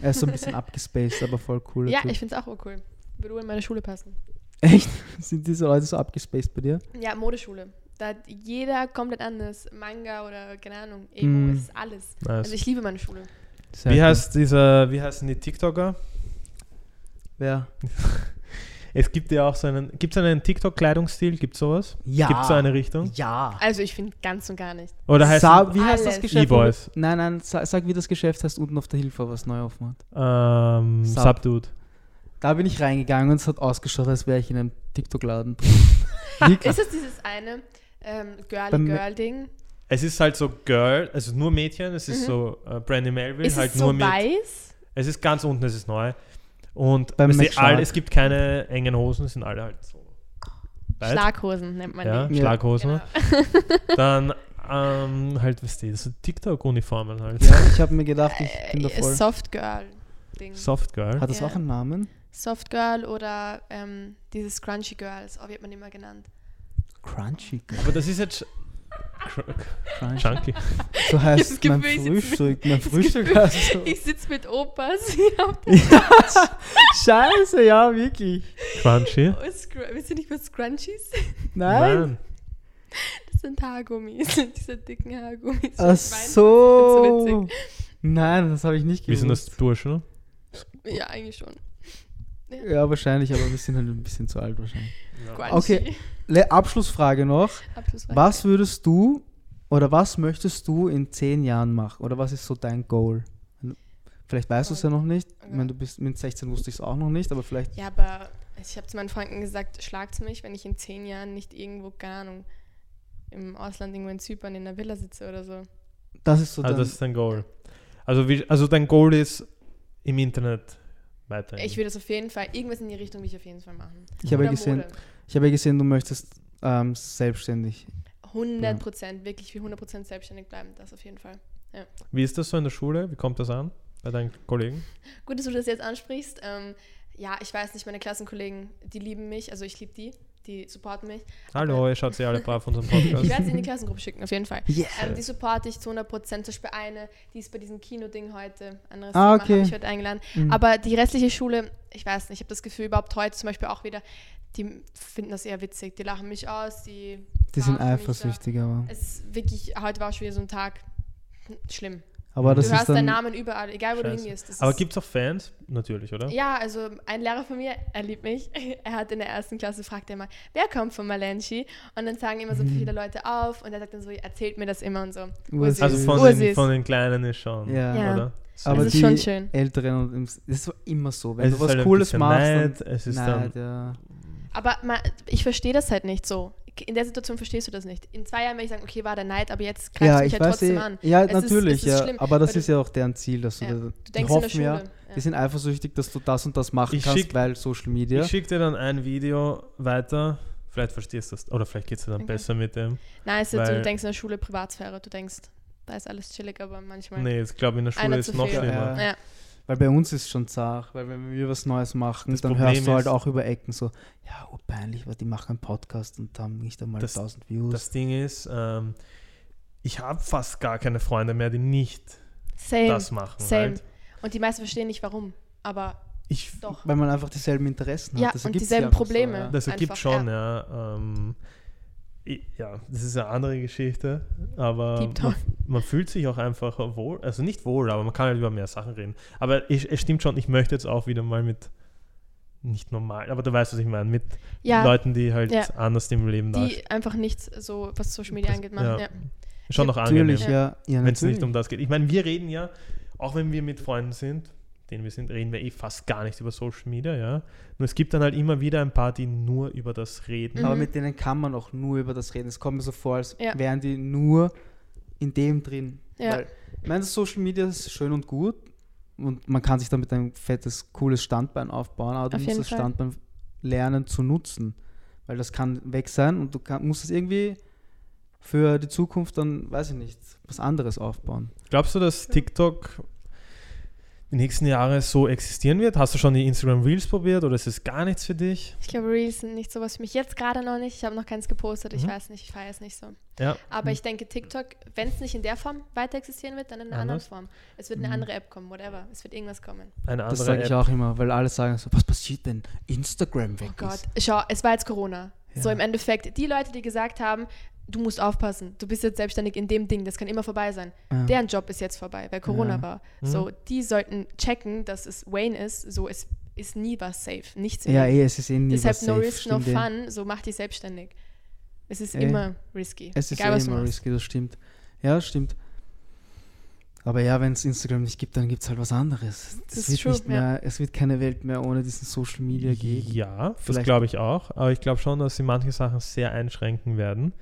Speaker 2: Er ist so ein bisschen abgespaced, aber voll cool.
Speaker 3: ja, ich finde es auch urcool. Würde in meine Schule passen.
Speaker 2: Echt? Sind diese Leute so abgespaced bei dir?
Speaker 3: Ja, Modeschule. Da hat jeder komplett anders. Manga oder, keine Ahnung, Ego,
Speaker 2: Mm.
Speaker 4: Hm.
Speaker 3: es ist alles.
Speaker 4: Nice.
Speaker 3: Also ich liebe meine Schule.
Speaker 2: Sehr
Speaker 4: Wie
Speaker 2: cool.
Speaker 4: heißt dieser, wie heißen die TikToker?
Speaker 2: Wer?
Speaker 4: Es gibt ja auch so einen, gibt es einen TikTok-Kleidungsstil? Gibt es sowas?
Speaker 2: Ja.
Speaker 4: Gibt es so eine Richtung?
Speaker 2: Ja.
Speaker 3: Also ich finde ganz und gar nicht.
Speaker 4: Oder heißt
Speaker 2: Sa wie heißt
Speaker 3: Alles.
Speaker 2: das Geschäft?
Speaker 4: E-Boys.
Speaker 2: Nein, nein, sa sag, wie das Geschäft heißt unten auf der Hilfe, was neu offen hat.
Speaker 4: ähm,
Speaker 2: Sub.
Speaker 4: Subdude?
Speaker 2: Da bin ich reingegangen und es hat ausgeschaut, als wäre ich in einem TikTok-Laden drin. Wirklich?
Speaker 3: Ist es dieses eine ähm,
Speaker 2: Beim-
Speaker 4: ne-
Speaker 3: Girly-Girl-Ding?
Speaker 4: Es ist halt so Girl, also nur Mädchen, es ist so äh, Brandy Melville,
Speaker 3: Ist
Speaker 4: halt
Speaker 3: Mhm. es
Speaker 4: nur
Speaker 3: so
Speaker 4: mit.
Speaker 3: weiß?
Speaker 4: Es ist ganz unten, es ist neu. Und
Speaker 2: Beim
Speaker 4: es,
Speaker 2: Mac
Speaker 4: die alle,
Speaker 2: Schlag.
Speaker 4: es gibt keine engen Hosen, es sind alle halt so. weit.
Speaker 3: Schlaghosen nennt man
Speaker 4: Ja,
Speaker 3: die.
Speaker 2: Ja.
Speaker 4: Schlaghosen.
Speaker 3: Genau.
Speaker 4: Dann ähm, halt, was die, so TikTok-Uniformen halt.
Speaker 2: ja, ich habe mir gedacht, ich bin da
Speaker 3: Äh,
Speaker 2: voll.
Speaker 3: Soft Girl-Ding.
Speaker 4: Soft Girl.
Speaker 2: Hat das
Speaker 3: Ja.
Speaker 2: auch einen Namen?
Speaker 3: Soft Girl oder ähm, dieses Crunchy Girls, oh, wie hat man die immer genannt?
Speaker 2: Crunchy.
Speaker 4: Aber das ist jetzt. Cr-
Speaker 2: Crunchy.
Speaker 4: Chunky.
Speaker 2: So
Speaker 3: Ich hab
Speaker 2: heißt
Speaker 3: das
Speaker 2: mein
Speaker 3: Gefühl, ich sitz
Speaker 2: Frühstück. Mein
Speaker 3: das
Speaker 2: Frühstück
Speaker 3: Gefühl,
Speaker 2: heißt so.
Speaker 3: Ich sitze mit Opas hier auf dem
Speaker 2: Scheiße, ja, wirklich.
Speaker 4: Crunchy?
Speaker 3: oh, Scr- Wisst ihr nicht, was Scrunchies sind?
Speaker 2: Nein.
Speaker 3: Das sind Haargummis, diese dicken Haargummis.
Speaker 2: Ach
Speaker 3: Ich mein, das ist
Speaker 2: so.
Speaker 3: witzig.
Speaker 2: Nein, das habe ich nicht
Speaker 4: Wir sind das
Speaker 2: gewusst.
Speaker 4: Burschen, ne?
Speaker 3: Ja, eigentlich schon.
Speaker 2: Ja, wahrscheinlich, aber wir sind halt ein bisschen zu alt wahrscheinlich.
Speaker 3: Crunchy.
Speaker 2: Okay. Le Abschlussfrage noch.
Speaker 3: Abschlussfrage.
Speaker 2: Was würdest du oder was möchtest du in zehn Jahren machen? Oder was ist so dein Goal? Vielleicht weißt du es ja noch nicht. Ich meine, du bist mit 16 wusste ich es auch noch nicht, aber vielleicht.
Speaker 3: Ja, aber ich habe zu meinen Freunden gesagt, schlagt mich, wenn ich in zehn Jahren nicht irgendwo, keine Ahnung, im Ausland irgendwo in Zypern in einer Villa sitze oder so.
Speaker 2: Das ist so
Speaker 4: Also
Speaker 2: dein.
Speaker 4: das ist dein Goal. Also, wie, also dein Goal ist im Internet weiter.
Speaker 3: Ich würde es auf jeden Fall, irgendwas in die Richtung will ich auf jeden Fall machen.
Speaker 2: Ich habe ja
Speaker 3: Oder
Speaker 2: gesehen,
Speaker 3: Mode.
Speaker 2: ich habe ja gesehen, du möchtest ähm, selbstständig.
Speaker 3: 100 Prozent, wirklich, ich will 100 Prozent selbstständig bleiben, das auf jeden Fall.
Speaker 4: Wie ist das so in der Schule? Wie kommt das an bei deinen Kollegen?
Speaker 3: Gut, dass du das jetzt ansprichst. Ähm, ja, ich weiß nicht, meine Klassenkollegen, die lieben mich, also ich liebe die, die supporten mich.
Speaker 4: Hallo, ihr schaut sie alle brav unseren
Speaker 3: Ich
Speaker 4: Podcast.
Speaker 3: werde sie in die Klassengruppe schicken, auf jeden Fall.
Speaker 2: Yeah.
Speaker 3: Ähm, die supporte ich zu 100 Prozent. Zum Beispiel eine, die ist bei diesem Kino-Ding heute. Anderes
Speaker 2: Ah,
Speaker 3: Thema
Speaker 2: okay. Mhm.
Speaker 3: habe ich heute eingeladen. Aber die restliche Schule, ich weiß nicht, ich habe das Gefühl, überhaupt heute zum Beispiel auch wieder, die finden das eher witzig. Die lachen mich aus, die.
Speaker 2: Die sind
Speaker 3: verarschen mich da.
Speaker 2: eifersüchtig, aber.
Speaker 3: Es ist wirklich, heute war schon wieder so ein Tag. hm, Schlimm.
Speaker 2: Aber das
Speaker 3: du
Speaker 2: ist
Speaker 3: hörst deinen
Speaker 2: dann.
Speaker 3: Namen überall, egal wo du
Speaker 4: Scheiße.
Speaker 3: hingehst. Das
Speaker 4: Aber
Speaker 3: ist-
Speaker 4: gibt es auch Fans? Natürlich, oder?
Speaker 3: Ja, also ein Lehrer von mir, er liebt mich, er hat in der ersten Klasse, fragt er mal, wer kommt von Malenchi? Und dann sagen
Speaker 2: Mhm.
Speaker 3: immer so viele Leute auf und er sagt dann so, erzählt mir das immer und so.
Speaker 2: Ursüß.
Speaker 4: Also von
Speaker 3: Ursüß.
Speaker 4: den, von den Kleinen ist schon,
Speaker 2: Ja.
Speaker 3: Ja.
Speaker 4: oder? So.
Speaker 2: Aber
Speaker 3: das
Speaker 2: die
Speaker 3: ist schon schön.
Speaker 2: Älteren und es ist so immer so. Wenn
Speaker 4: Es
Speaker 2: du
Speaker 4: ist
Speaker 2: was
Speaker 4: halt ein
Speaker 2: Cooles
Speaker 4: bisschen
Speaker 2: machst,
Speaker 4: Neid,
Speaker 2: dann,
Speaker 4: es ist
Speaker 2: Neid, ja.
Speaker 3: Aber ma- ich verstehe das halt nicht so. In der Situation verstehst du das nicht. In zwei Jahren werde ich sagen, okay, war der Neid, aber jetzt greifst
Speaker 2: ja,
Speaker 3: du mich
Speaker 2: ich
Speaker 3: ja
Speaker 2: weiß
Speaker 3: trotzdem
Speaker 2: eh.
Speaker 3: an.
Speaker 2: Ja,
Speaker 3: Es ist-
Speaker 2: natürlich,
Speaker 3: es ist
Speaker 2: ja.
Speaker 3: schlimm,
Speaker 2: aber das
Speaker 3: weil du-
Speaker 2: ist ja auch deren Ziel, dass du,
Speaker 3: Ja.
Speaker 2: da-
Speaker 3: Du
Speaker 2: die
Speaker 3: denkst in der
Speaker 2: hoffen
Speaker 3: Schule.
Speaker 2: ja,
Speaker 3: Ja.
Speaker 2: die sind eifersüchtig, dass du das und das machen
Speaker 4: Ich
Speaker 2: kannst,
Speaker 4: schick-
Speaker 2: weil Social Media.
Speaker 4: Ich schicke dir dann ein Video weiter. Vielleicht verstehst du das. Oder vielleicht geht es dir dann
Speaker 3: Okay.
Speaker 4: besser mit dem.
Speaker 3: Nein, es ist,
Speaker 4: Weil-
Speaker 3: du denkst in der Schule Privatsphäre, du denkst, da ist alles chillig, aber manchmal.
Speaker 4: Nee, ich glaube, in der Schule
Speaker 3: Einer
Speaker 4: ist
Speaker 3: zu
Speaker 4: noch
Speaker 3: viel.
Speaker 4: schlimmer.
Speaker 2: Ja.
Speaker 3: Ja.
Speaker 2: Weil bei uns ist schon zart, weil wenn wir was Neues machen,
Speaker 4: Das
Speaker 2: dann
Speaker 4: Problem
Speaker 2: hörst du halt
Speaker 4: ist-
Speaker 2: auch über Ecken so, ja, oh, peinlich, weil die machen einen Podcast und haben nicht einmal
Speaker 4: Das-
Speaker 2: 1000 Views.
Speaker 4: Das Ding ist, ähm, ich habe fast gar keine Freunde mehr, die nicht
Speaker 3: Same.
Speaker 4: das machen.
Speaker 3: Same.
Speaker 4: Halt.
Speaker 3: Und die meisten verstehen nicht warum, aber
Speaker 4: Ich,
Speaker 3: doch.
Speaker 2: weil man einfach dieselben Interessen
Speaker 3: Ja,
Speaker 2: hat. Das
Speaker 3: und
Speaker 2: ergibt sich
Speaker 3: dieselben
Speaker 2: einfach
Speaker 3: Probleme.
Speaker 2: So, ja.
Speaker 4: Das ergibt
Speaker 3: Einfach,
Speaker 4: schon, ja. ähm, i- ja, das ist eine andere Geschichte, aber
Speaker 3: Deep
Speaker 4: man,
Speaker 3: Talk.
Speaker 4: man fühlt sich auch einfach wohl, also nicht wohl, aber man kann halt über mehr Sachen reden. Aber ich, es stimmt schon, ich möchte jetzt auch wieder mal mit nicht normal, aber du weißt, was ich meine, mit
Speaker 3: Ja,
Speaker 4: Leuten, die halt
Speaker 3: Ja.
Speaker 4: anders im Leben dastehen.
Speaker 3: die einfach nichts so, was Social Media angeht, machen. Ja.
Speaker 4: Schon noch angenehm,
Speaker 2: Natürlich, ja. ja
Speaker 4: wenn
Speaker 2: natürlich.
Speaker 4: es Ah, genau. nicht um das geht. Ich meine, wir reden ja, auch wenn wir mit Freunden sind, denen wir sind, reden wir eh fast gar nicht über Social Media, ja. Nur es gibt dann halt immer wieder ein paar, die nur über das reden.
Speaker 2: Aber
Speaker 3: Mhm.
Speaker 2: mit denen kann man auch nur über das reden. Es kommt mir so vor, als
Speaker 3: Ja.
Speaker 2: wären die nur in dem drin.
Speaker 3: Ja.
Speaker 2: Weil, ich meine, das Social Media ist schön und gut und man kann sich damit ein fettes, cooles Standbein aufbauen, aber du
Speaker 3: Auf
Speaker 2: musst
Speaker 3: jeden
Speaker 2: das
Speaker 3: Fall.
Speaker 2: Standbein lernen zu nutzen. Weil das kann weg sein und du kann, musst es irgendwie für die Zukunft dann, weiß ich nicht, was anderes aufbauen.
Speaker 4: Glaubst du, dass TikTok die nächsten Jahre so existieren wird? Hast du schon die Instagram Reels probiert oder ist es gar nichts für dich?
Speaker 3: Ich glaube, Reels sind nicht sowas für mich. Jetzt gerade noch nicht. Ich habe noch keins gepostet. Ich
Speaker 4: Mhm.
Speaker 3: weiß nicht, ich feiere es nicht so.
Speaker 4: Ja.
Speaker 3: Aber
Speaker 2: Mhm.
Speaker 3: ich denke, TikTok, wenn es nicht in der Form weiter existieren wird, dann in einer
Speaker 4: Anders?
Speaker 3: anderen Form. Es wird eine
Speaker 2: Mhm.
Speaker 3: andere App kommen, whatever. Es wird irgendwas kommen.
Speaker 4: Eine
Speaker 2: Das
Speaker 4: andere
Speaker 2: sage
Speaker 4: App.
Speaker 2: ich auch immer, weil alle sagen so, was passiert denn? Instagram weg
Speaker 3: Oh Gott.
Speaker 2: ist.
Speaker 3: Schau, es war jetzt Corona. So
Speaker 2: Ja.
Speaker 3: im Endeffekt, die Leute, die gesagt haben, du musst aufpassen, du bist jetzt selbstständig in dem Ding, das kann immer vorbei sein.
Speaker 2: Ja.
Speaker 3: Deren Job ist jetzt vorbei, weil Corona
Speaker 2: Ja. Mhm.
Speaker 3: war. So, die sollten checken, dass es Wayne ist. So, es ist nie was safe. Nichts.
Speaker 2: Ja,
Speaker 3: mehr.
Speaker 2: eh, es ist eh nie
Speaker 3: Deshalb
Speaker 2: was
Speaker 3: no
Speaker 2: safe,
Speaker 3: risk, no
Speaker 2: stimmt eh.
Speaker 3: fun. So, mach dich selbstständig. Es ist
Speaker 2: Eh.
Speaker 3: immer risky.
Speaker 2: Es ist
Speaker 3: egal,
Speaker 2: eh
Speaker 3: was du
Speaker 2: immer
Speaker 3: machst.
Speaker 2: risky, das stimmt. Ja, stimmt. Aber ja, wenn es Instagram nicht gibt, dann gibt es halt was anderes.
Speaker 3: Das
Speaker 2: Es
Speaker 3: ist
Speaker 2: wird
Speaker 3: true,
Speaker 2: nicht
Speaker 3: ja.
Speaker 2: mehr, es wird keine Welt mehr ohne diesen Social Media geben.
Speaker 4: Ja, das
Speaker 2: Vielleicht-
Speaker 4: glaube ich auch. Aber ich glaube schon, dass sie manche Sachen sehr einschränken werden.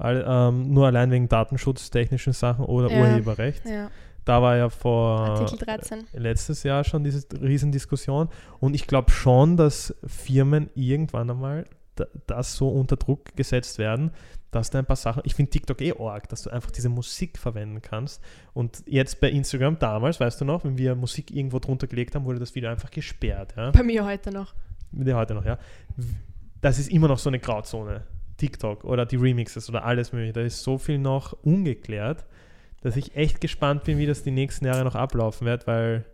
Speaker 4: All, ähm, nur allein wegen Datenschutz, technischen Sachen oder
Speaker 3: Ja.
Speaker 4: Urheberrecht.
Speaker 3: Ja.
Speaker 4: Da war ja vor
Speaker 3: Artikel 13.
Speaker 4: äh, letztes Jahr schon diese Riesendiskussion. Und ich glaube schon, dass Firmen irgendwann einmal da- das so unter Druck gesetzt werden, dass da ein paar Sachen, ich finde TikTok eh arg, dass du einfach diese Musik verwenden kannst. Und jetzt bei Instagram damals, weißt du noch, wenn wir Musik irgendwo drunter gelegt haben, wurde das Video einfach gesperrt. Ja?
Speaker 3: Bei mir heute noch.
Speaker 4: Mit der heute noch, ja. Das ist immer noch so eine Grauzone. TikTok oder die Remixes oder alles mögliche. Da ist so viel noch ungeklärt, dass ich echt gespannt bin, wie das die nächsten Jahre noch ablaufen wird, weil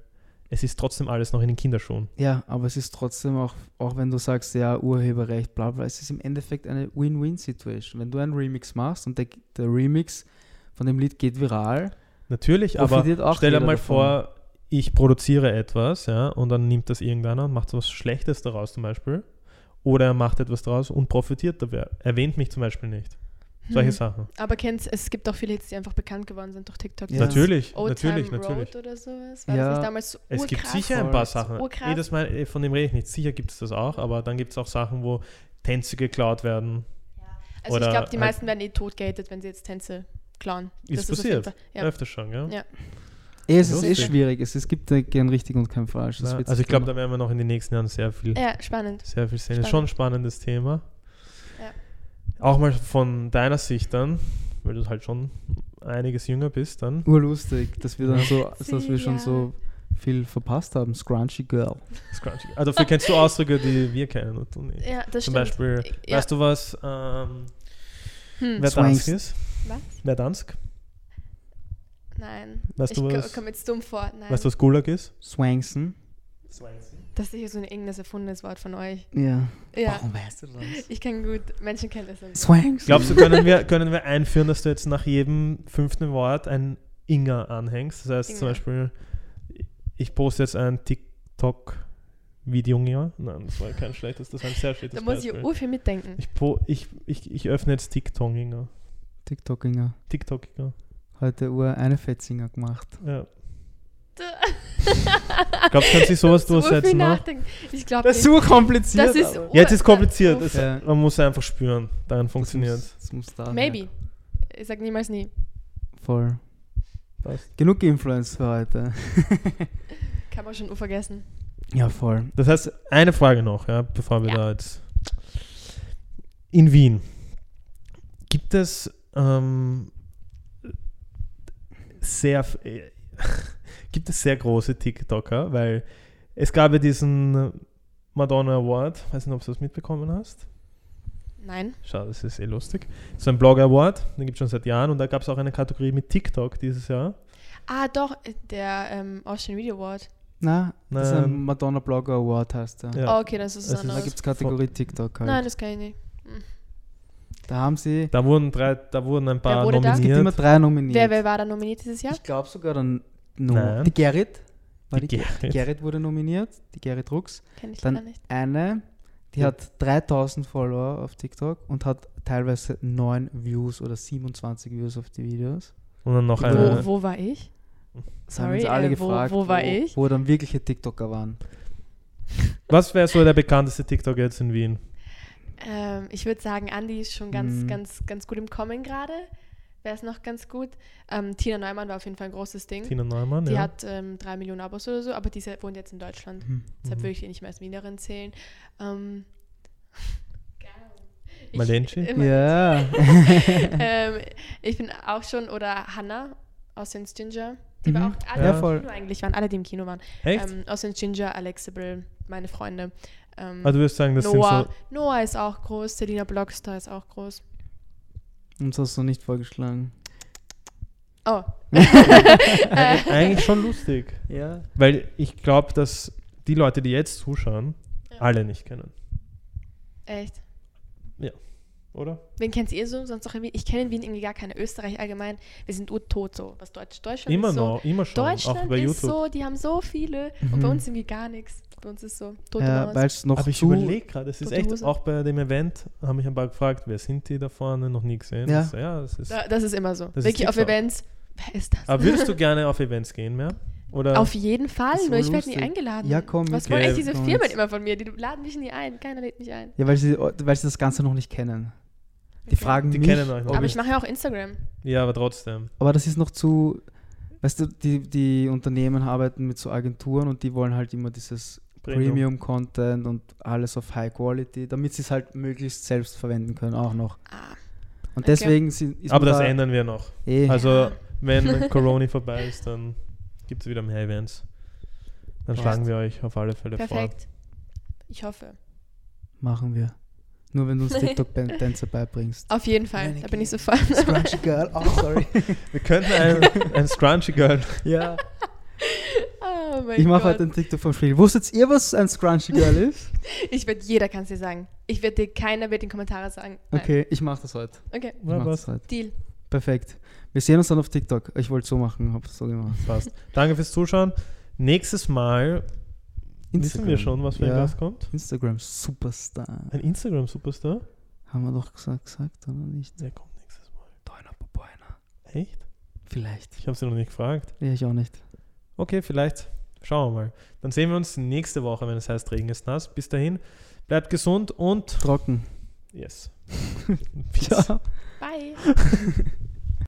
Speaker 4: es ist trotzdem alles noch in den Kinderschuhen.
Speaker 2: Ja, aber es ist trotzdem auch, auch wenn du sagst, ja, Urheberrecht, bla bla, es ist im Endeffekt eine Win-Win-Situation. Wenn du einen Remix machst und der, der Remix von dem Lied geht viral,
Speaker 4: Natürlich,
Speaker 2: Profitiert
Speaker 4: aber
Speaker 2: auch
Speaker 4: stell dir
Speaker 2: jeder
Speaker 4: mal
Speaker 2: davon.
Speaker 4: vor, ich produziere etwas, ja, und dann nimmt das irgendeiner und macht so was Schlechtes daraus zum Beispiel. Oder er macht etwas daraus und profitiert dabei. Erwähnt mich zum Beispiel nicht. Solche
Speaker 3: Hm.
Speaker 4: Sachen.
Speaker 3: Aber kennst es gibt auch viele Hits, die einfach bekannt geworden sind durch TikTok.
Speaker 2: Ja.
Speaker 4: Natürlich,
Speaker 3: Old
Speaker 4: natürlich,
Speaker 3: Time
Speaker 4: natürlich.
Speaker 3: Road oder sowas. War
Speaker 2: Ja.
Speaker 3: das nicht damals so
Speaker 4: Es gibt
Speaker 3: urkrass?
Speaker 4: sicher ein
Speaker 2: Voll.
Speaker 4: paar Sachen.
Speaker 3: Urkrass.
Speaker 4: Jedes Mal, eh, von dem rede ich nicht. Sicher gibt es das auch, aber dann gibt es auch Sachen, wo Tänze geklaut werden.
Speaker 3: Also
Speaker 4: oder
Speaker 3: ich glaube, die
Speaker 4: halt-
Speaker 3: meisten werden eh tot gehatet, wenn sie jetzt Tänze klauen.
Speaker 4: Ist
Speaker 3: auf
Speaker 4: passiert.
Speaker 3: jeden Fall- Ja.
Speaker 4: Öfter schon, gell?
Speaker 3: Ja.
Speaker 2: eh, es ist eh
Speaker 4: Lustig.
Speaker 2: schwierig. Es, es gibt äh, kein richtig und kein falsch. Das genau.
Speaker 4: Na,
Speaker 2: wird's
Speaker 4: also ich glaube,
Speaker 2: immer-
Speaker 4: da werden wir noch in den nächsten Jahren sehr viel,
Speaker 3: ja, spannend.
Speaker 4: sehr viel sehen.
Speaker 3: Spannend.
Speaker 4: Ist schon ein spannendes Thema.
Speaker 3: Ja.
Speaker 4: Auch mal von deiner Sicht dann, weil du halt schon einiges jünger bist dann.
Speaker 2: urlustig, dass wir dann so, dass
Speaker 3: Sie,
Speaker 2: wir schon
Speaker 3: ja.
Speaker 2: so viel verpasst haben. Scrunchy Girl.
Speaker 4: Scrunchy. Also dafür kennst du Ausdrücke, die wir kennen und du nicht.
Speaker 3: Ja, das
Speaker 4: Zum
Speaker 3: stimmt.
Speaker 4: Beispiel,
Speaker 3: Ja.
Speaker 4: weißt du was, ähm,
Speaker 3: Hm.
Speaker 4: wer
Speaker 2: Swings.
Speaker 4: Dansk ist?
Speaker 3: Was?
Speaker 4: Wer Dansk?
Speaker 3: Nein.
Speaker 4: Weißt du
Speaker 3: ich
Speaker 4: was,
Speaker 3: komme jetzt dumm vor. Nein.
Speaker 4: weißt du, was Gulag ist?
Speaker 2: Swanksen.
Speaker 3: Das ist sicher so ein irgendein erfundenes Wort von euch.
Speaker 2: Ja.
Speaker 3: Ja.
Speaker 2: Warum weißt du das?
Speaker 3: Ich kann gut Menschenkenntnis. haben.
Speaker 2: Swanks.
Speaker 4: Glaubst du, können wir, können wir einführen, dass du jetzt nach jedem fünften Wort ein Inga anhängst. Das heißt
Speaker 3: Inga.
Speaker 4: zum Beispiel, ich poste jetzt ein TikTok-Video. Nein, das war kein schlechtes, das war ein sehr schlechtes
Speaker 3: Da muss ich
Speaker 4: Beispiel.
Speaker 3: ur viel mitdenken.
Speaker 4: Ich, po, ich, ich, ich öffne jetzt TikTok, Inga.
Speaker 2: TikTokinger.
Speaker 4: TikTok, Inga.
Speaker 2: Heute Uhr eine Fetzinger gemacht.
Speaker 4: Ja.
Speaker 3: Ich
Speaker 4: Glaubst du, kannst du sowas durchsetzen noch?
Speaker 3: Ich glaube
Speaker 2: Das ist
Speaker 3: nicht.
Speaker 2: super kompliziert.
Speaker 3: Das ist
Speaker 2: aber-
Speaker 3: ur-
Speaker 4: Jetzt ist kompliziert.
Speaker 3: Das-
Speaker 4: Es,
Speaker 2: Ja.
Speaker 4: Man muss einfach spüren. Dann funktioniert
Speaker 2: Das muss, das muss da.
Speaker 3: Maybe. Ich sag niemals nie.
Speaker 2: Voll.
Speaker 4: Passt.
Speaker 2: Genug Influence für heute.
Speaker 3: Kann man schon ur vergessen.
Speaker 2: ja, voll.
Speaker 4: Das heißt, eine Frage noch, ja, bevor wir
Speaker 3: Ja.
Speaker 4: da jetzt. In Wien. Gibt es ähm, sehr f- äh, gibt es sehr große TikToker, weil es gab ja diesen Madonna Award, weiß nicht, ob du das mitbekommen hast.
Speaker 3: Nein.
Speaker 4: Schade, das ist eh lustig. Das ist ein Blogger Award, den gibt es schon seit Jahren und da gab es auch eine Kategorie mit TikTok dieses Jahr.
Speaker 3: Ah, doch, der ähm, Austrian Video Award.
Speaker 2: Na, das ist ein
Speaker 4: Ähm,
Speaker 2: Madonna Blogger Award, heißt der.
Speaker 4: Ja.
Speaker 3: Oh, okay, das ist was
Speaker 4: Das ist-
Speaker 2: Da
Speaker 3: anderes.
Speaker 2: gibt es Kategorie TikTok halt.
Speaker 3: Nein, das kann ich nicht.
Speaker 2: Da haben sie.
Speaker 4: Da wurden drei, da wurden ein paar
Speaker 3: wurde da?
Speaker 2: Es gibt
Speaker 4: nominiert.
Speaker 2: immer drei nominiert.
Speaker 3: Wer, wer war da nominiert dieses Jahr?
Speaker 2: Ich glaube sogar dann. No.
Speaker 4: Nein.
Speaker 2: Die Gerrit. War
Speaker 4: Die
Speaker 2: die, Gerrit. die
Speaker 4: Gerrit.
Speaker 2: Gerrit wurde nominiert. Die Gerrit Rux.
Speaker 3: Kenn ich
Speaker 2: Dann-
Speaker 3: gar nicht.
Speaker 2: Eine, die
Speaker 4: Ja.
Speaker 2: hat 3000 Follower auf TikTok und hat teilweise 9 Views oder 27 Views auf die Videos.
Speaker 4: Und dann noch
Speaker 2: Wo-
Speaker 4: eine.
Speaker 3: Wo, wo war ich?
Speaker 2: Das haben uns
Speaker 3: Sorry,
Speaker 2: alle
Speaker 3: äh, wo-
Speaker 2: gefragt,
Speaker 3: wo war ich?
Speaker 2: Wo dann wirkliche TikToker waren.
Speaker 4: Was wäre so der bekannteste TikToker jetzt in Wien?
Speaker 3: Ähm, ich würde sagen, Andi ist schon ganz,
Speaker 2: Mhm.
Speaker 3: ganz, ganz gut im Kommen gerade. Wäre es noch ganz gut. Ähm, Tina Neumann war auf jeden Fall ein großes Ding.
Speaker 4: Tina Neumann,
Speaker 3: Mhm. Die
Speaker 4: ja.
Speaker 3: hat ähm, drei Millionen Abos oder so, aber diese wohnt jetzt in Deutschland.
Speaker 4: Mhm.
Speaker 3: Deshalb würde ich ihn nicht mehr als Wienerin zählen. Ähm, ich-
Speaker 4: Malenchi?
Speaker 3: äh,
Speaker 2: Ja.
Speaker 3: ähm, ich bin auch schon, oder Hannah aus den Ginger, die
Speaker 2: Mhm.
Speaker 3: war auch alle
Speaker 4: Ja,
Speaker 3: im
Speaker 2: voll.
Speaker 3: Kino eigentlich, waren alle, die im Kino waren.
Speaker 4: Echt?
Speaker 3: Ähm, aus den Ginger, Alexible, meine Freunde. Ähm,
Speaker 4: ah, du würdest sagen, das
Speaker 3: Noah.
Speaker 4: sind
Speaker 3: Noah ist auch groß, Selina Blockstar ist auch groß.
Speaker 2: Uns hast du nicht vorgeschlagen.
Speaker 3: Oh,
Speaker 4: so eigentlich, eigentlich schon lustig.
Speaker 2: Ja.
Speaker 4: Weil ich glaube, dass die Leute, die jetzt zuschauen, alle nicht kennen.
Speaker 3: echt.
Speaker 4: Oder?
Speaker 3: Wen kennt ihr so? Sonst noch in Wien? Ich kenne in Wien irgendwie gar keine. Österreich allgemein. Wir sind urtot so. Was Deutsch, Deutschland
Speaker 4: immer
Speaker 3: ist so.
Speaker 4: noch, immer schon. auch
Speaker 3: Deutschland
Speaker 4: bei
Speaker 3: ist
Speaker 4: YouTube.
Speaker 3: so, die haben so viele. Und bei uns irgendwie gar nichts. Bei uns ist so tote
Speaker 2: Mhm. Ja,
Speaker 3: Maus.
Speaker 2: weil es noch
Speaker 4: Aber ich
Speaker 2: zu.
Speaker 4: überlege gerade, es ist
Speaker 3: Tote
Speaker 4: echt,
Speaker 3: Hose.
Speaker 4: auch bei dem Event haben mich ein paar gefragt, wer sind die da vorne, noch nie gesehen.
Speaker 2: Ja.
Speaker 4: Das, ja, das ist,
Speaker 3: Da, das ist immer so.
Speaker 4: Das ist
Speaker 3: Wirklich auf
Speaker 4: TikTok.
Speaker 3: Events. Wer ist das?
Speaker 4: aber würdest du gerne auf Events gehen mehr? Oder
Speaker 3: auf jeden Fall,
Speaker 2: Das ist
Speaker 3: nur ich werde
Speaker 2: urlustig.
Speaker 3: nie eingeladen.
Speaker 2: Ja, komm,
Speaker 3: Was
Speaker 2: mit.
Speaker 3: wollen
Speaker 4: Okay.
Speaker 3: echt diese
Speaker 2: Komm
Speaker 3: Firmen
Speaker 2: jetzt.
Speaker 3: immer von mir? Die laden mich nie ein. Keiner lädt mich ein.
Speaker 2: Ja, weil sie, weil sie das Ganze noch nicht kennen. Die
Speaker 3: Okay.
Speaker 2: fragen
Speaker 4: Die
Speaker 2: mich,
Speaker 4: kennen euch noch
Speaker 2: ob
Speaker 3: Aber
Speaker 4: nicht.
Speaker 3: ich mache ja auch Instagram.
Speaker 4: ja, aber trotzdem.
Speaker 2: Aber das ist noch zu, weißt du, die, die Unternehmen arbeiten mit so Agenturen und die wollen halt immer dieses
Speaker 4: Premium.
Speaker 2: Premium-Content und alles auf High Quality, damit sie es halt möglichst selbst verwenden können, auch noch.
Speaker 3: Ah,
Speaker 2: Und
Speaker 3: Okay.
Speaker 2: deswegen sind, ist
Speaker 4: Aber
Speaker 2: man
Speaker 4: das
Speaker 2: da
Speaker 4: ändern wir noch.
Speaker 2: eh,
Speaker 4: Also, wenn Corona vorbei ist, dann gibt es wieder mehr Events. Dann
Speaker 2: Passt.
Speaker 4: schlagen wir euch auf alle Fälle vor.
Speaker 3: perfekt. Ich hoffe.
Speaker 2: machen wir. Nur wenn du uns TikTok-Tänze beibringst.
Speaker 3: Auf jeden Fall.
Speaker 2: Meine
Speaker 3: da bin ich
Speaker 2: Güte.
Speaker 3: sofort.
Speaker 2: Scrunchy Girl, oh sorry.
Speaker 4: Wir könnten ein, ein Scrunchy Girl.
Speaker 2: ja.
Speaker 3: oh mein
Speaker 2: Ich mache
Speaker 3: Gott.
Speaker 2: heute einen TikTok von Friedel. Wusstet ihr, was ein Scrunchy Girl ist?
Speaker 3: Ich werde jeder kann es dir sagen. Ich werde dir keiner wird in Kommentare sagen. Nein.
Speaker 2: Okay, ich mache das heute.
Speaker 3: Okay.
Speaker 2: Ich mach
Speaker 4: Na,
Speaker 2: das
Speaker 4: was?
Speaker 2: heute.
Speaker 3: Deal.
Speaker 2: Perfekt. Wir sehen uns dann auf TikTok. Ich wollte so machen, habe es so gemacht.
Speaker 4: Passt. Danke fürs Zuschauen. Nächstes Mal wissen wir schon, was für ein
Speaker 2: ja.
Speaker 4: Gast kommt.
Speaker 2: Instagram Superstar.
Speaker 4: Ein Instagram-Superstar?
Speaker 2: Haben wir doch gesagt, gesagt oder nicht?
Speaker 4: Der kommt nächstes Mal.
Speaker 2: Deuner Popoiner.
Speaker 4: Echt?
Speaker 2: Vielleicht.
Speaker 4: Ich habe sie noch nicht gefragt.
Speaker 2: Ja, ich auch nicht.
Speaker 4: Okay, vielleicht. Schauen wir mal. Dann sehen wir uns nächste Woche, wenn es heißt Regen ist nass. Bis dahin, bleibt gesund und
Speaker 2: Trocken.
Speaker 4: yes.
Speaker 2: Ciao.
Speaker 3: Bye.